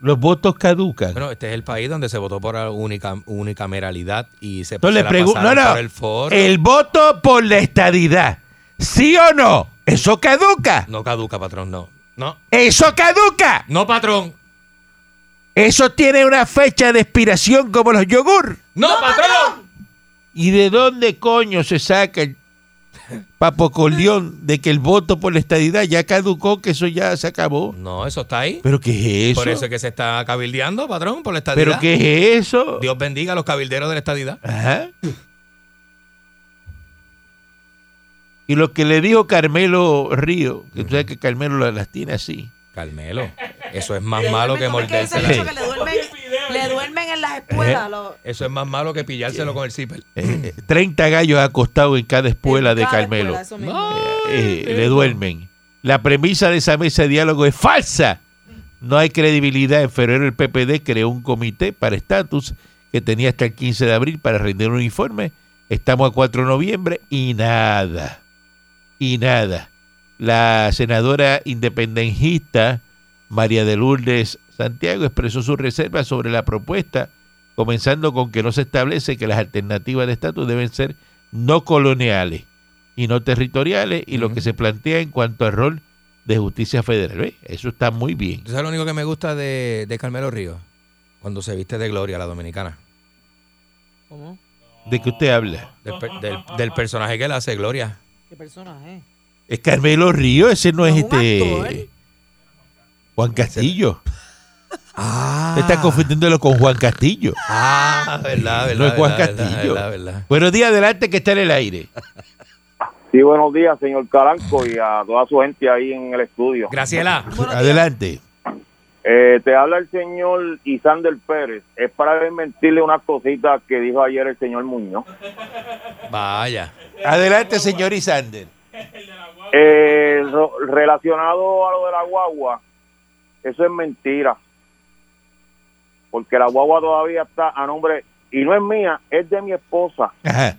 [SPEAKER 3] Los votos caducan.
[SPEAKER 4] Bueno, este es el país donde se votó por la unica- unicameralidad y se,
[SPEAKER 3] Entonces
[SPEAKER 4] se
[SPEAKER 3] le
[SPEAKER 4] la
[SPEAKER 3] pregunto, no,
[SPEAKER 4] pasaron
[SPEAKER 3] no, Eh.
[SPEAKER 4] por el foro.
[SPEAKER 3] el voto por la estadidad, ¿sí o no? Eso caduca,
[SPEAKER 4] No caduca, patrón, no. No,
[SPEAKER 3] eso caduca,
[SPEAKER 4] no, patrón.
[SPEAKER 3] eso tiene una fecha de expiración como los yogur.
[SPEAKER 4] ¡No, patrón!
[SPEAKER 3] ¿Y de dónde coño se saca el papo Corleón de que el voto por la estadidad ya caducó, que eso ya se acabó?
[SPEAKER 4] No, eso está ahí.
[SPEAKER 3] ¿Pero qué es eso?
[SPEAKER 4] Por eso es que se está cabildeando, patrón, por la estadidad.
[SPEAKER 3] ¿Pero qué es eso?
[SPEAKER 4] Dios bendiga a los cabilderos de la estadidad.
[SPEAKER 3] Ajá. Y lo que le dijo Carmelo Río, que tú sabes que Carmelo la- las tiene así.
[SPEAKER 4] Carmelo, eso es más malo que
[SPEAKER 6] ¿Cómo es ese
[SPEAKER 4] mordérsela.
[SPEAKER 6] bicho que le duermen, le duermen en las escuelas. los-
[SPEAKER 4] Eso es más malo que pillárselo con el zipper.
[SPEAKER 3] eh, 30 gallos acostados en cada espuela de
[SPEAKER 6] en cada
[SPEAKER 3] Carmelo.
[SPEAKER 6] escuela, eso mismo.
[SPEAKER 3] eh, le duermen. La premisa de esa mesa de diálogo es falsa. No hay credibilidad. En febrero el PPD creó un comité para estatus que tenía hasta el 15 de abril para rendir un informe. Estamos a 4 de noviembre y nada. Y nada. La senadora independentista María de Lourdes Santiago expresó su reserva sobre la propuesta, comenzando con que no se establece que las alternativas de estatus deben ser no coloniales y no territoriales y lo
[SPEAKER 4] Ujú.
[SPEAKER 3] que se plantea en cuanto al rol de justicia federal. ¿Ve? Eso está muy bien.
[SPEAKER 4] ¿Tú sabes lo único que me gusta de, de Carmelo Ríos? Cuando se viste de gloria la dominicana.
[SPEAKER 6] ¿Cómo?
[SPEAKER 3] ¿De qué usted habla?
[SPEAKER 4] Del, per- del- del personaje que le hace Gloria.
[SPEAKER 6] ¿Qué personaje?
[SPEAKER 3] Es Carmelo Río, ese no es
[SPEAKER 6] ¿No es un
[SPEAKER 3] este...
[SPEAKER 6] actor?
[SPEAKER 3] Juan Castillo.
[SPEAKER 4] Ah.
[SPEAKER 3] Te está confundiéndolo con Juan Castillo.
[SPEAKER 4] Ah, verdad, verdad.
[SPEAKER 3] No es Juan
[SPEAKER 4] verdad, verdad,
[SPEAKER 3] Castillo.
[SPEAKER 4] verdad, verdad.
[SPEAKER 3] Buenos días, adelante que está en el aire.
[SPEAKER 7] Sí, buenos días, señor Caranco, y a toda su gente ahí en el estudio.
[SPEAKER 4] Graciela.
[SPEAKER 6] Buenos días.
[SPEAKER 3] adelante.
[SPEAKER 7] Eh, te habla el señor Isander Pérez. Es para desmentirle unas cositas que dijo ayer el señor Muñoz.
[SPEAKER 4] Vaya.
[SPEAKER 3] Adelante, señor Isander.
[SPEAKER 7] Eh, ro- relacionado a lo de la guagua, eso es mentira. Porque la guagua todavía está a nombre, y no es mía, es de mi esposa.
[SPEAKER 3] Ajá.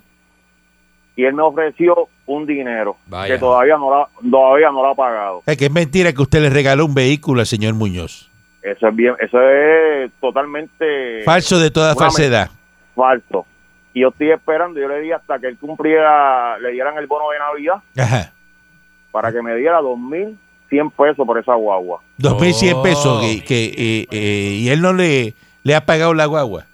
[SPEAKER 7] Y él me ofreció un dinero
[SPEAKER 4] Vaya.
[SPEAKER 7] que todavía no, la, todavía no lo ha pagado.
[SPEAKER 3] O sea, que es mentira que usted le regaló un vehículo al señor Muñoz.
[SPEAKER 7] Eso es, bien, eso es totalmente...
[SPEAKER 3] Falso de toda
[SPEAKER 7] Una
[SPEAKER 3] falsedad.
[SPEAKER 7] falso. Y yo estoy esperando, yo le di hasta que él cumpliera, le dieran el bono de Navidad
[SPEAKER 3] Ajá.
[SPEAKER 7] para que me diera 2.100 pesos por esa guagua.
[SPEAKER 3] 2.100
[SPEAKER 4] Oh.
[SPEAKER 3] pesos que, que, eh, eh, y él no le, le ha pagado la guagua.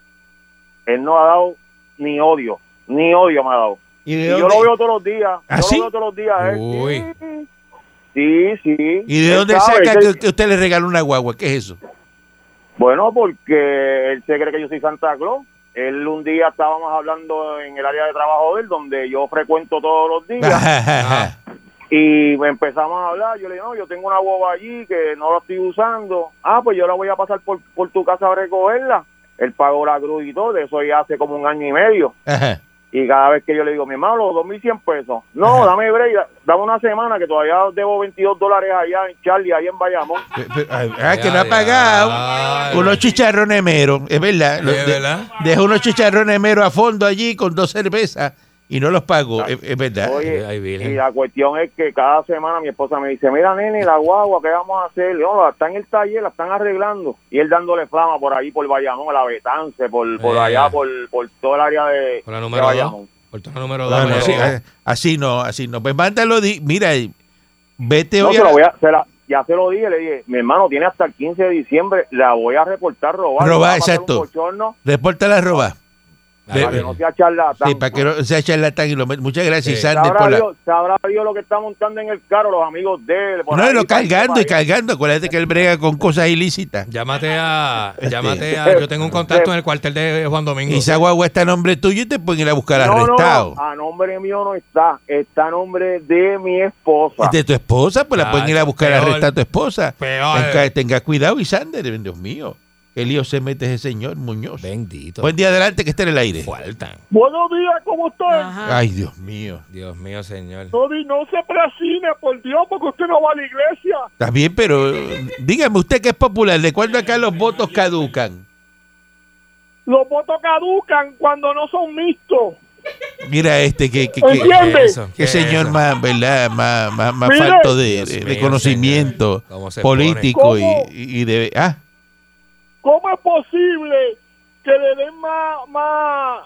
[SPEAKER 7] Él no ha dado ni odio, ni odio me ha dado.
[SPEAKER 3] ¿Y, de
[SPEAKER 7] Y yo
[SPEAKER 3] dónde-
[SPEAKER 7] lo veo todos los días.
[SPEAKER 3] ¿Ah,
[SPEAKER 7] yo
[SPEAKER 3] sí?
[SPEAKER 7] lo veo todos los días. a él.
[SPEAKER 4] Uy.
[SPEAKER 7] Sí, sí.
[SPEAKER 3] ¿Y de
[SPEAKER 7] Él
[SPEAKER 3] dónde
[SPEAKER 7] sabe,
[SPEAKER 3] saca
[SPEAKER 7] él-
[SPEAKER 3] que usted- usted le regaló una guagua? ¿Qué es eso?
[SPEAKER 7] Bueno, porque él se cree que yo soy Santa Claus. Él un día estábamos hablando en el área de trabajo de él, donde yo frecuento todos los días.
[SPEAKER 3] [laughs] Ajá, ajá, ajá.
[SPEAKER 7] Y empezamos a hablar, yo le dije, no, yo tengo una boba allí que no la estoy usando. Ah, pues yo la voy a pasar por, por tu casa a recogerla. Él pagó la cruz y todo, de eso ya hace como un año y medio.
[SPEAKER 3] ajá.
[SPEAKER 7] Y cada vez que yo le digo, mi hermano, los 2.100 pesos. No,
[SPEAKER 3] Ajá.
[SPEAKER 7] dame break, dame una semana que todavía debo 22 dólares allá en Charlie, allá en Bayamón.
[SPEAKER 3] Pe- pe- Ah, que no
[SPEAKER 4] Ya,
[SPEAKER 3] ha
[SPEAKER 4] ya.
[SPEAKER 3] pagado unos chicharrones meros. Es verdad. Lo-
[SPEAKER 4] Sí,
[SPEAKER 3] de-
[SPEAKER 4] ¿verdad?
[SPEAKER 3] Dejó unos chicharrones meros a fondo allí con dos cervezas y no los pagó. Es, es verdad.
[SPEAKER 7] Oye,
[SPEAKER 4] Ay, Virgen.
[SPEAKER 7] y la cuestión es que cada semana mi esposa me dice, mira, nene, la guagua, ¿qué vamos a hacer? Le digo, No, la están en el taller, la están arreglando. Y él dándole flama por ahí, por Bayamón, la Betance, por, por
[SPEAKER 4] Eh.
[SPEAKER 7] allá, por, por todo el área de,
[SPEAKER 4] Por la
[SPEAKER 7] de
[SPEAKER 4] número
[SPEAKER 7] Bayamón.
[SPEAKER 4] 2. Por la número 2.
[SPEAKER 3] Bueno, así, ah, así no, así no. Pues mándalo. di- Mira, y- vete
[SPEAKER 7] No,
[SPEAKER 3] hoy.
[SPEAKER 7] se
[SPEAKER 3] a
[SPEAKER 7] la
[SPEAKER 3] la-
[SPEAKER 7] voy a- se la- ya se lo dije, le dije, mi hermano tiene hasta el 15 de diciembre, la voy a reportar
[SPEAKER 3] Robar,
[SPEAKER 7] robar. le voy a pasar
[SPEAKER 3] exacto.
[SPEAKER 7] un bochorno
[SPEAKER 3] Reporta la roba.
[SPEAKER 7] Para
[SPEAKER 3] Eh,
[SPEAKER 7] que no sea charlatán.
[SPEAKER 3] Sí, para que no sea charlatán y lo met- Muchas gracias,
[SPEAKER 4] Sí.
[SPEAKER 3] Sander,
[SPEAKER 7] sabrá,
[SPEAKER 3] por la-
[SPEAKER 7] Dios, sabrá Dios lo que está montando en el carro, los amigos de él. por
[SPEAKER 3] No, y
[SPEAKER 7] ahí,
[SPEAKER 3] lo
[SPEAKER 7] para
[SPEAKER 3] cargando
[SPEAKER 7] este
[SPEAKER 3] y
[SPEAKER 7] país.
[SPEAKER 3] cargando. Acuérdate que él brega con cosas ilícitas.
[SPEAKER 4] Llámate a.
[SPEAKER 3] Este,
[SPEAKER 4] Llámate a. Yo tengo un contacto en el cuartel de Juan Domingo.
[SPEAKER 3] Y esa guagua está a nombre tuyo y te pueden ir a buscar
[SPEAKER 7] No, no,
[SPEAKER 3] arrestado.
[SPEAKER 7] no, a nombre mío no está, está a nombre de mi esposa.
[SPEAKER 3] Es de tu esposa, pues la
[SPEAKER 4] Ah,
[SPEAKER 3] pueden ir a buscar
[SPEAKER 4] peor. Pues, eh.
[SPEAKER 3] arrestar a tu esposa.
[SPEAKER 4] Peor.
[SPEAKER 3] Tenga, tenga cuidado, Isander, Dios mío. Qué lío se mete ese señor Muñoz.
[SPEAKER 4] Bendito.
[SPEAKER 3] Buen día adelante que esté en el aire.
[SPEAKER 4] Faltan.
[SPEAKER 7] Buenos días, ¿cómo están?
[SPEAKER 6] Ajá.
[SPEAKER 3] Ay, Dios mío.
[SPEAKER 4] Dios mío, señor.
[SPEAKER 7] No, di- no se presine, por Dios, porque usted no va a la iglesia.
[SPEAKER 3] Está bien, pero eh, dígame usted que es popular. ¿De cuándo acá los votos caducan?
[SPEAKER 7] Los votos caducan cuando no son mixtos.
[SPEAKER 3] Mira este que, que, que-
[SPEAKER 7] ¿Entiende?
[SPEAKER 4] Eso,
[SPEAKER 3] Qué
[SPEAKER 4] eso.
[SPEAKER 3] señor más, ¿verdad? Más, más, más
[SPEAKER 7] Mire.
[SPEAKER 3] falto de,
[SPEAKER 4] Dios
[SPEAKER 3] de- de
[SPEAKER 4] mío,
[SPEAKER 3] conocimiento
[SPEAKER 4] señor. ¿Cómo se
[SPEAKER 3] político y,
[SPEAKER 7] pone?
[SPEAKER 3] y de... Ah,
[SPEAKER 7] ¿Cómo es posible que le den más, más,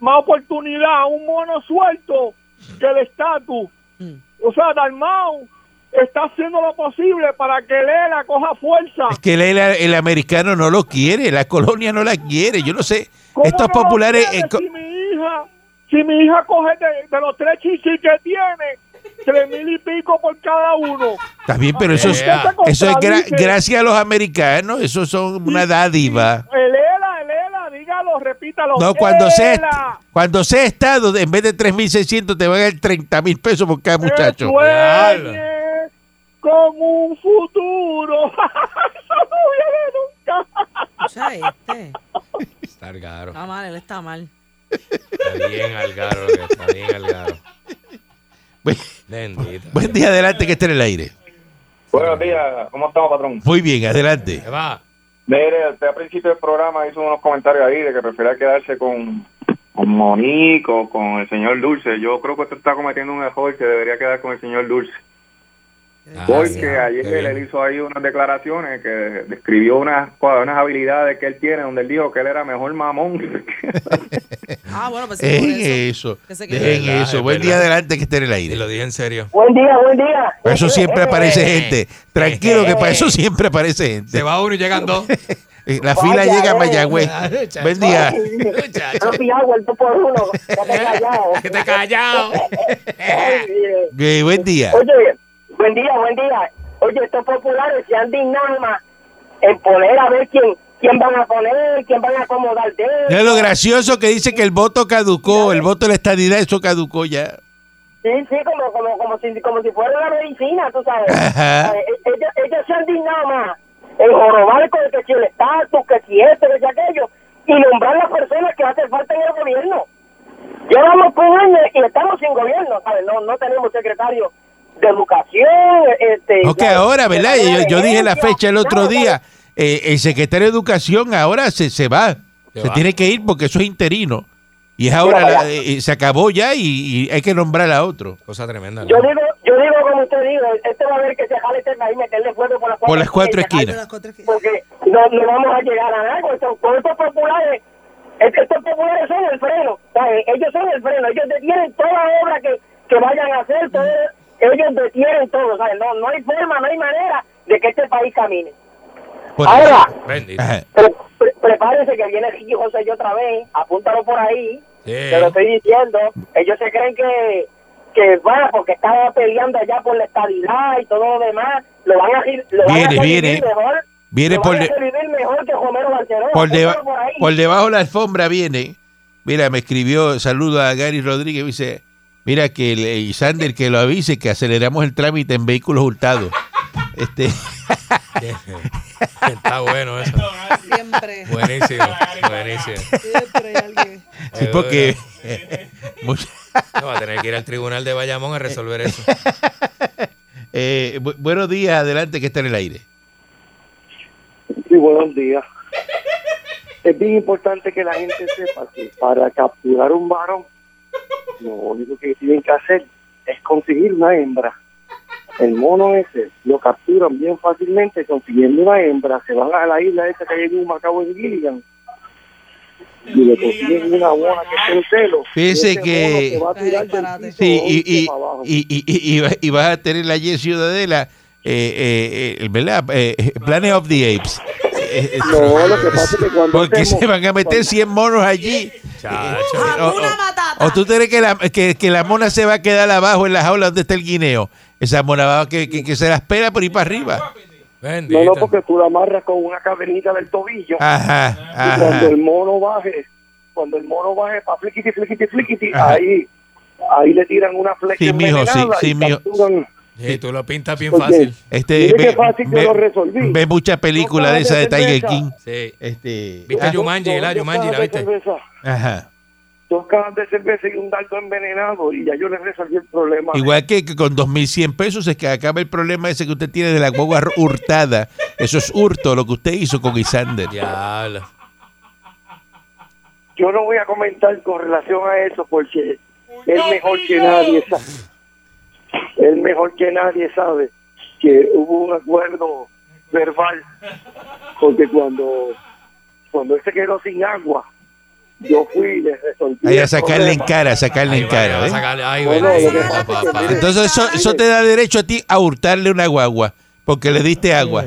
[SPEAKER 7] más oportunidad a un mono suelto que el estatus?
[SPEAKER 6] Mm.
[SPEAKER 7] O sea, Dalmau está haciendo lo posible para que Lela coja fuerza.
[SPEAKER 3] es que el, el, el americano no lo quiere, la colonia no la quiere, yo no sé.
[SPEAKER 7] ¿Cómo
[SPEAKER 3] Estos
[SPEAKER 7] no lo
[SPEAKER 3] populares...
[SPEAKER 7] quiere
[SPEAKER 3] eh, co-
[SPEAKER 7] si mi hija, si mi hija coge de, de los tres chichis que tiene, tres mil y pico por cada uno.
[SPEAKER 3] Está bien, pero eso, es-
[SPEAKER 4] Ea.
[SPEAKER 3] eso es gra-
[SPEAKER 7] contradice?
[SPEAKER 3] gracias a los americanos, eso son una dádiva.
[SPEAKER 7] El ELA, el ELA, dígalo, repítalo.
[SPEAKER 3] No, cuando sea,
[SPEAKER 7] ELA.
[SPEAKER 3] cuando sea Estado, en vez de 3.600 te van a dar 30.000 pesos por cada muchacho.
[SPEAKER 7] Que sueñe con un futuro. [laughs] Eso no viene nunca.
[SPEAKER 6] Escucha este.
[SPEAKER 4] Está algaro.
[SPEAKER 6] Está mal, él está mal.
[SPEAKER 4] Está bien algaro. lo que Está bien algaro.
[SPEAKER 3] Buen-
[SPEAKER 4] Bendito.
[SPEAKER 3] [laughs] Buen día, adelante, que esté en el aire.
[SPEAKER 7] Buenos días, ¿cómo estamos, patrón?
[SPEAKER 3] Muy bien, adelante.
[SPEAKER 4] ¿Qué va?
[SPEAKER 7] Mire, usted al principio del programa hizo unos comentarios ahí de que prefería quedarse con, con Monique o con el señor Dulce. Yo creo que usted está cometiendo un error, se debería quedar con el señor Dulce.
[SPEAKER 4] Ah,
[SPEAKER 5] Porque
[SPEAKER 4] ya,
[SPEAKER 5] ayer
[SPEAKER 4] qué bien.
[SPEAKER 5] él hizo ahí unas declaraciones que describió unas, cua- unas habilidades que él tiene, donde él dijo que él era mejor mamón.
[SPEAKER 6] Ah, bueno, pues sí, por
[SPEAKER 3] Dejen
[SPEAKER 6] eso.
[SPEAKER 3] eso.
[SPEAKER 6] Que se quede.
[SPEAKER 3] Dejen
[SPEAKER 4] verdad,
[SPEAKER 3] eso.
[SPEAKER 4] es
[SPEAKER 3] Buen
[SPEAKER 4] verdad.
[SPEAKER 3] día adelante que esté en el
[SPEAKER 4] Y
[SPEAKER 3] aire.
[SPEAKER 4] lo dije en serio.
[SPEAKER 8] Buen día, buen día.
[SPEAKER 3] Para eso siempre
[SPEAKER 8] Eh,
[SPEAKER 3] aparece
[SPEAKER 8] eh,
[SPEAKER 3] gente. Tranquilo que para eso siempre aparece gente.
[SPEAKER 4] Se va uno y llegan dos.
[SPEAKER 3] Eh, La fila
[SPEAKER 8] Vaya,
[SPEAKER 3] llega a
[SPEAKER 8] eh.
[SPEAKER 3] Mayagüez. Buen día.
[SPEAKER 8] No pillado, vuelto por uno.
[SPEAKER 3] [laughs]
[SPEAKER 8] Ya te he callado.
[SPEAKER 4] Que te callado.
[SPEAKER 8] [laughs] Ay, mire.
[SPEAKER 3] Eh, Buen día.
[SPEAKER 8] Oye, buen día, buen día. Oye, estos populares se han dignado más en poner a ver quién quién van a poner, quién van a acomodar de ellos.
[SPEAKER 3] Mira lo gracioso que dice que el voto caducó, el voto de la estadidad, eso caducó ya.
[SPEAKER 8] Sí, sí, como, como, como, si, como si fuera una medicina, tú sabes.
[SPEAKER 3] [laughs] Ajá.
[SPEAKER 8] Eh, Ellos, ellos se han dignado más en jorobar con el que si el estatus, que si esto, que si aquello, y nombrar las personas que hacen falta en el gobierno. Llevamos un año y estamos sin gobierno, ¿sabes? No, no tenemos secretario de educación, este...
[SPEAKER 3] Aunque
[SPEAKER 8] ya-
[SPEAKER 3] ahora, ¿verdad?
[SPEAKER 8] secretario
[SPEAKER 3] Yo,
[SPEAKER 8] de
[SPEAKER 3] yo dije la
[SPEAKER 8] herencia,
[SPEAKER 3] fecha el otro
[SPEAKER 8] nada,
[SPEAKER 3] día. Eh, el secretario de Educación ahora se, se va.
[SPEAKER 4] Se
[SPEAKER 3] Se,
[SPEAKER 4] va.
[SPEAKER 3] tiene que ir porque eso es interino. Y es ahora, la- eh, se acabó ya y, y hay que nombrar a otro.
[SPEAKER 4] Cosa tremenda. ¿no?
[SPEAKER 8] Yo digo, yo digo como usted dijo, este va a haber que se jale este país, meterle fuego por las cuatro,
[SPEAKER 3] Por las cuatro
[SPEAKER 8] esquinas,
[SPEAKER 3] esquinas.
[SPEAKER 8] Porque no, no vamos a llegar a algo. Estos, con estos populares, es- estos populares son el freno. ¿sabes? Ellos son el freno. Ellos detienen toda obra que, que vayan a hacer. todo- ellos detienen todo. ¿sabes? No, no hay forma, no hay manera de que este país camine.
[SPEAKER 3] Por-
[SPEAKER 8] Ahora,
[SPEAKER 4] Bendito.
[SPEAKER 3] Ajá.
[SPEAKER 8] pre- pre- prepárense que viene Ricky José y otra vez. Apúntalo por ahí.
[SPEAKER 4] Sí.
[SPEAKER 8] Te lo estoy diciendo. Ellos se creen que, que va, porque estaba peleando allá por la estabilidad y todo lo demás. Lo van a, lo van a hacer
[SPEAKER 3] Viene, viene.
[SPEAKER 8] vivir mejor.
[SPEAKER 3] Viene
[SPEAKER 8] lo
[SPEAKER 3] por
[SPEAKER 8] van a
[SPEAKER 3] de-
[SPEAKER 8] hacer vivir mejor que Romero Barcelona.
[SPEAKER 3] por, deba-
[SPEAKER 8] Apúntalo por ahí.
[SPEAKER 3] por debajo de la alfombra viene. Mira, me escribió, saludo a Gary Rodríguez, dice, mira que el, eh, y Sander que lo avise que aceleramos el trámite en vehículos hurtados. Este,
[SPEAKER 4] Está bueno
[SPEAKER 7] [laughs]
[SPEAKER 4] eso.
[SPEAKER 6] Siempre,
[SPEAKER 4] Buenísimo. Buenísimo.
[SPEAKER 6] siempre hay alguien.
[SPEAKER 3] sí, porque [laughs] mucha-
[SPEAKER 4] No, va a tener que ir al tribunal de Bayamón a resolver eso.
[SPEAKER 3] eh, bu- buenos días, adelante que está en el aire.
[SPEAKER 7] Sí, buenos días. Es bien importante que la gente sepa que para capturar un varón, lo único que tienen que hacer es conseguir una hembra. El mono ese lo capturan bien fácilmente consiguiendo una hembra. Se van a la isla esa que hay en un macabo en Gilligan y le consiguen una buena que esté en celo.
[SPEAKER 3] Fíjese
[SPEAKER 7] Y ese
[SPEAKER 3] que-
[SPEAKER 7] mono se va a tirar
[SPEAKER 6] Disparate.
[SPEAKER 7] del piso
[SPEAKER 3] Sí, y, y,
[SPEAKER 7] 11 para abajo.
[SPEAKER 3] y, y- y- y va- y vas a tener la Yes Ciudadela, eh, eh, eh, ¿verdad? Eh, eh, Planet of the Apes. Eh, eh,
[SPEAKER 7] No, lo que pasa es que cuando
[SPEAKER 3] porque
[SPEAKER 7] hacemos-
[SPEAKER 3] se van a meter 100 monos allí.
[SPEAKER 7] eh,
[SPEAKER 4] Chacho.
[SPEAKER 3] O-
[SPEAKER 6] Hakuna
[SPEAKER 3] o-
[SPEAKER 6] Matata.
[SPEAKER 3] ¿O tú crees que la, que, que la mona se va a quedar abajo en la jaula donde está el guineo? Esa mona va a- que, que, que se la espera por ir para arriba.
[SPEAKER 7] No,
[SPEAKER 4] Bendito.
[SPEAKER 7] no, porque tú la amarras con una cadenita del tobillo.
[SPEAKER 3] Ajá,
[SPEAKER 7] Y
[SPEAKER 3] ajá.
[SPEAKER 7] cuando el mono baje, cuando el mono baje para fliquiti, fliquiti, fliquiti,
[SPEAKER 3] Ajá.
[SPEAKER 7] ahí, ahí le tiran una flecha.
[SPEAKER 3] Sí, mijo, sí,
[SPEAKER 7] envenenada
[SPEAKER 3] sí,
[SPEAKER 7] y
[SPEAKER 3] mijo.
[SPEAKER 7] capturan.
[SPEAKER 4] Sí, tú lo pintas bien
[SPEAKER 7] Porque
[SPEAKER 4] fácil.
[SPEAKER 3] Este,
[SPEAKER 7] Mire qué fácil que lo resolví.
[SPEAKER 3] ve mucha película de esa de Tiger King.
[SPEAKER 4] Sí.
[SPEAKER 3] Este,
[SPEAKER 4] ¿Viste
[SPEAKER 3] ah,
[SPEAKER 4] Yumanji, la
[SPEAKER 7] Dos
[SPEAKER 4] Yumanji, la
[SPEAKER 7] cajas de
[SPEAKER 4] viste?
[SPEAKER 7] cerveza,
[SPEAKER 3] ajá.
[SPEAKER 7] Dos cajas de cerveza y un dardo envenenado y ya yo le resolví el problema.
[SPEAKER 3] Igual que que con 2.100 pesos es que acaba el problema ese que usted tiene de la guagua
[SPEAKER 4] [laughs]
[SPEAKER 3] ru- hurtada. Eso es hurto, lo que usted hizo con Isander.
[SPEAKER 4] Diablo.
[SPEAKER 7] Yo no voy a comentar con relación a eso porque es mejor que nadie sabe. Es mejor que nadie sabe que hubo un acuerdo verbal. Porque cuando, cuando él se quedó sin agua, yo fui y le resolví.
[SPEAKER 3] Ahí a
[SPEAKER 7] el
[SPEAKER 3] sacarle en
[SPEAKER 7] problema.
[SPEAKER 3] cara, sacarle
[SPEAKER 4] Ahí
[SPEAKER 3] en
[SPEAKER 4] va, ahí va,
[SPEAKER 3] cara. ¿eh?
[SPEAKER 4] sácale. Ay,
[SPEAKER 7] Bueno,
[SPEAKER 4] bendito,
[SPEAKER 7] lo que pasa
[SPEAKER 4] papá,
[SPEAKER 7] es que
[SPEAKER 4] papá.
[SPEAKER 6] mire-
[SPEAKER 3] Entonces eso, eso te da derecho a ti a hurtarle una guagua porque le diste agua.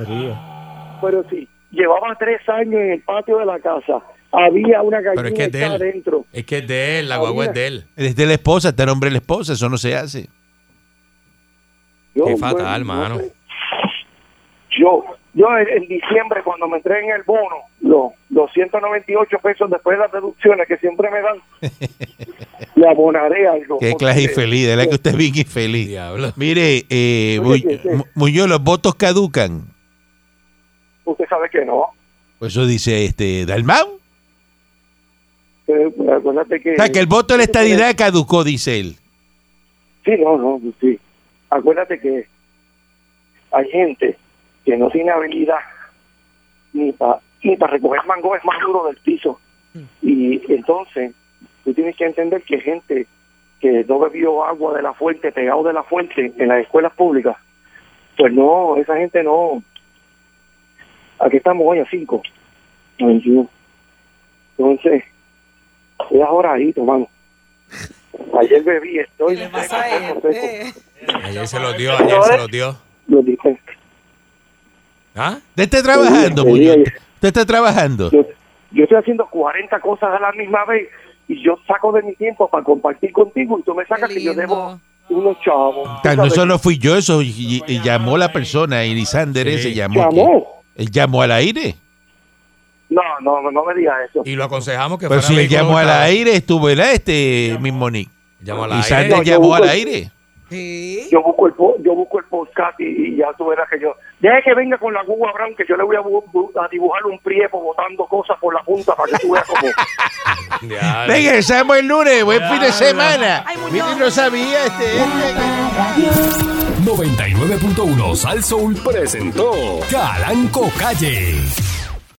[SPEAKER 7] Pero sí, llevaba tres años en el patio de la casa. Había una
[SPEAKER 4] Pero es que es de
[SPEAKER 7] gallineta
[SPEAKER 4] él.
[SPEAKER 7] adentro.
[SPEAKER 4] Es que es de él, la guagua es de él.
[SPEAKER 3] Desde la esposa, está el nombre de la esposa, eso no se hace.
[SPEAKER 7] Yo,
[SPEAKER 4] Qué fatal,
[SPEAKER 7] bueno, no
[SPEAKER 4] mano.
[SPEAKER 7] sé. Yo, yo en, en diciembre cuando me entreguen el bono, los 298 pesos después de las deducciones que siempre
[SPEAKER 3] [laughs]
[SPEAKER 7] me dan, le abonaré algo.
[SPEAKER 3] Qué
[SPEAKER 7] porque-
[SPEAKER 3] clase infeliz, de la que usted es bien infeliz.
[SPEAKER 4] Diablo.
[SPEAKER 3] Mire, eh,
[SPEAKER 7] Oye,
[SPEAKER 3] Mu-
[SPEAKER 7] ¿qué, qué?
[SPEAKER 3] Mu- Muñoz, los votos caducan.
[SPEAKER 7] Usted sabe que no.
[SPEAKER 3] Pues eso dice este Dalmau.
[SPEAKER 7] Eh, acuérdate que...
[SPEAKER 3] O sea, que el voto de la estadidad caducó, dice él.
[SPEAKER 7] Sí, no, no, pues sí. Acuérdate que hay gente que no tiene habilidad ni para ni para recoger mango es más duro del piso. Y entonces tú tienes que entender que gente que no bebió agua de la fuente, pegado de la fuente en las escuelas públicas, Pues no, esa gente no. Aquí estamos hoy a 5. Entonces, estoy ahoradito, mano. Ayer bebí, estoy seco, seco, seco.
[SPEAKER 4] Ayer se los dio, ayer se los dio.
[SPEAKER 7] Lo dije.
[SPEAKER 4] ¿Ah?
[SPEAKER 3] Usted está trabajando, Muñoz. Usted está trabajando.
[SPEAKER 7] Yo, yo estoy haciendo 40 cosas a la misma vez y yo saco de mi tiempo para compartir contigo y tú me sacas que yo debo unos chavos.
[SPEAKER 3] O sea, No, eso no fui yo, eso y- y- y llamó la persona, Elisander ese llamó.
[SPEAKER 7] Llamó.
[SPEAKER 3] que- él llamó al aire.
[SPEAKER 7] No, no, no, no me digas eso.
[SPEAKER 4] Y lo aconsejamos que
[SPEAKER 3] Pero
[SPEAKER 4] fuera
[SPEAKER 3] Pues si él
[SPEAKER 4] vehículo
[SPEAKER 3] llamó al
[SPEAKER 4] hurtado.
[SPEAKER 3] aire, estuvo, ¿verdad? Este, mismo Nick.
[SPEAKER 4] Llamó al aire.
[SPEAKER 3] Elisander
[SPEAKER 7] No, yo
[SPEAKER 3] llamó
[SPEAKER 7] busco
[SPEAKER 3] al
[SPEAKER 7] el-
[SPEAKER 3] aire.
[SPEAKER 6] Sí.
[SPEAKER 7] Yo busco el po- yo busco el podcast y, y ya tú verás que yo. Deje que venga con la Cuba Brown, que yo le voy a, bu- bu- a dibujar un priepo botando cosas por la punta para que tú veas como.
[SPEAKER 4] Ya,
[SPEAKER 3] Regresamos el lunes, buen fin de semana.
[SPEAKER 6] Ay, Muñoz.
[SPEAKER 3] Mire, no sabía este. este.
[SPEAKER 1] 99.1 Sal Soul presentó Calanco Calle.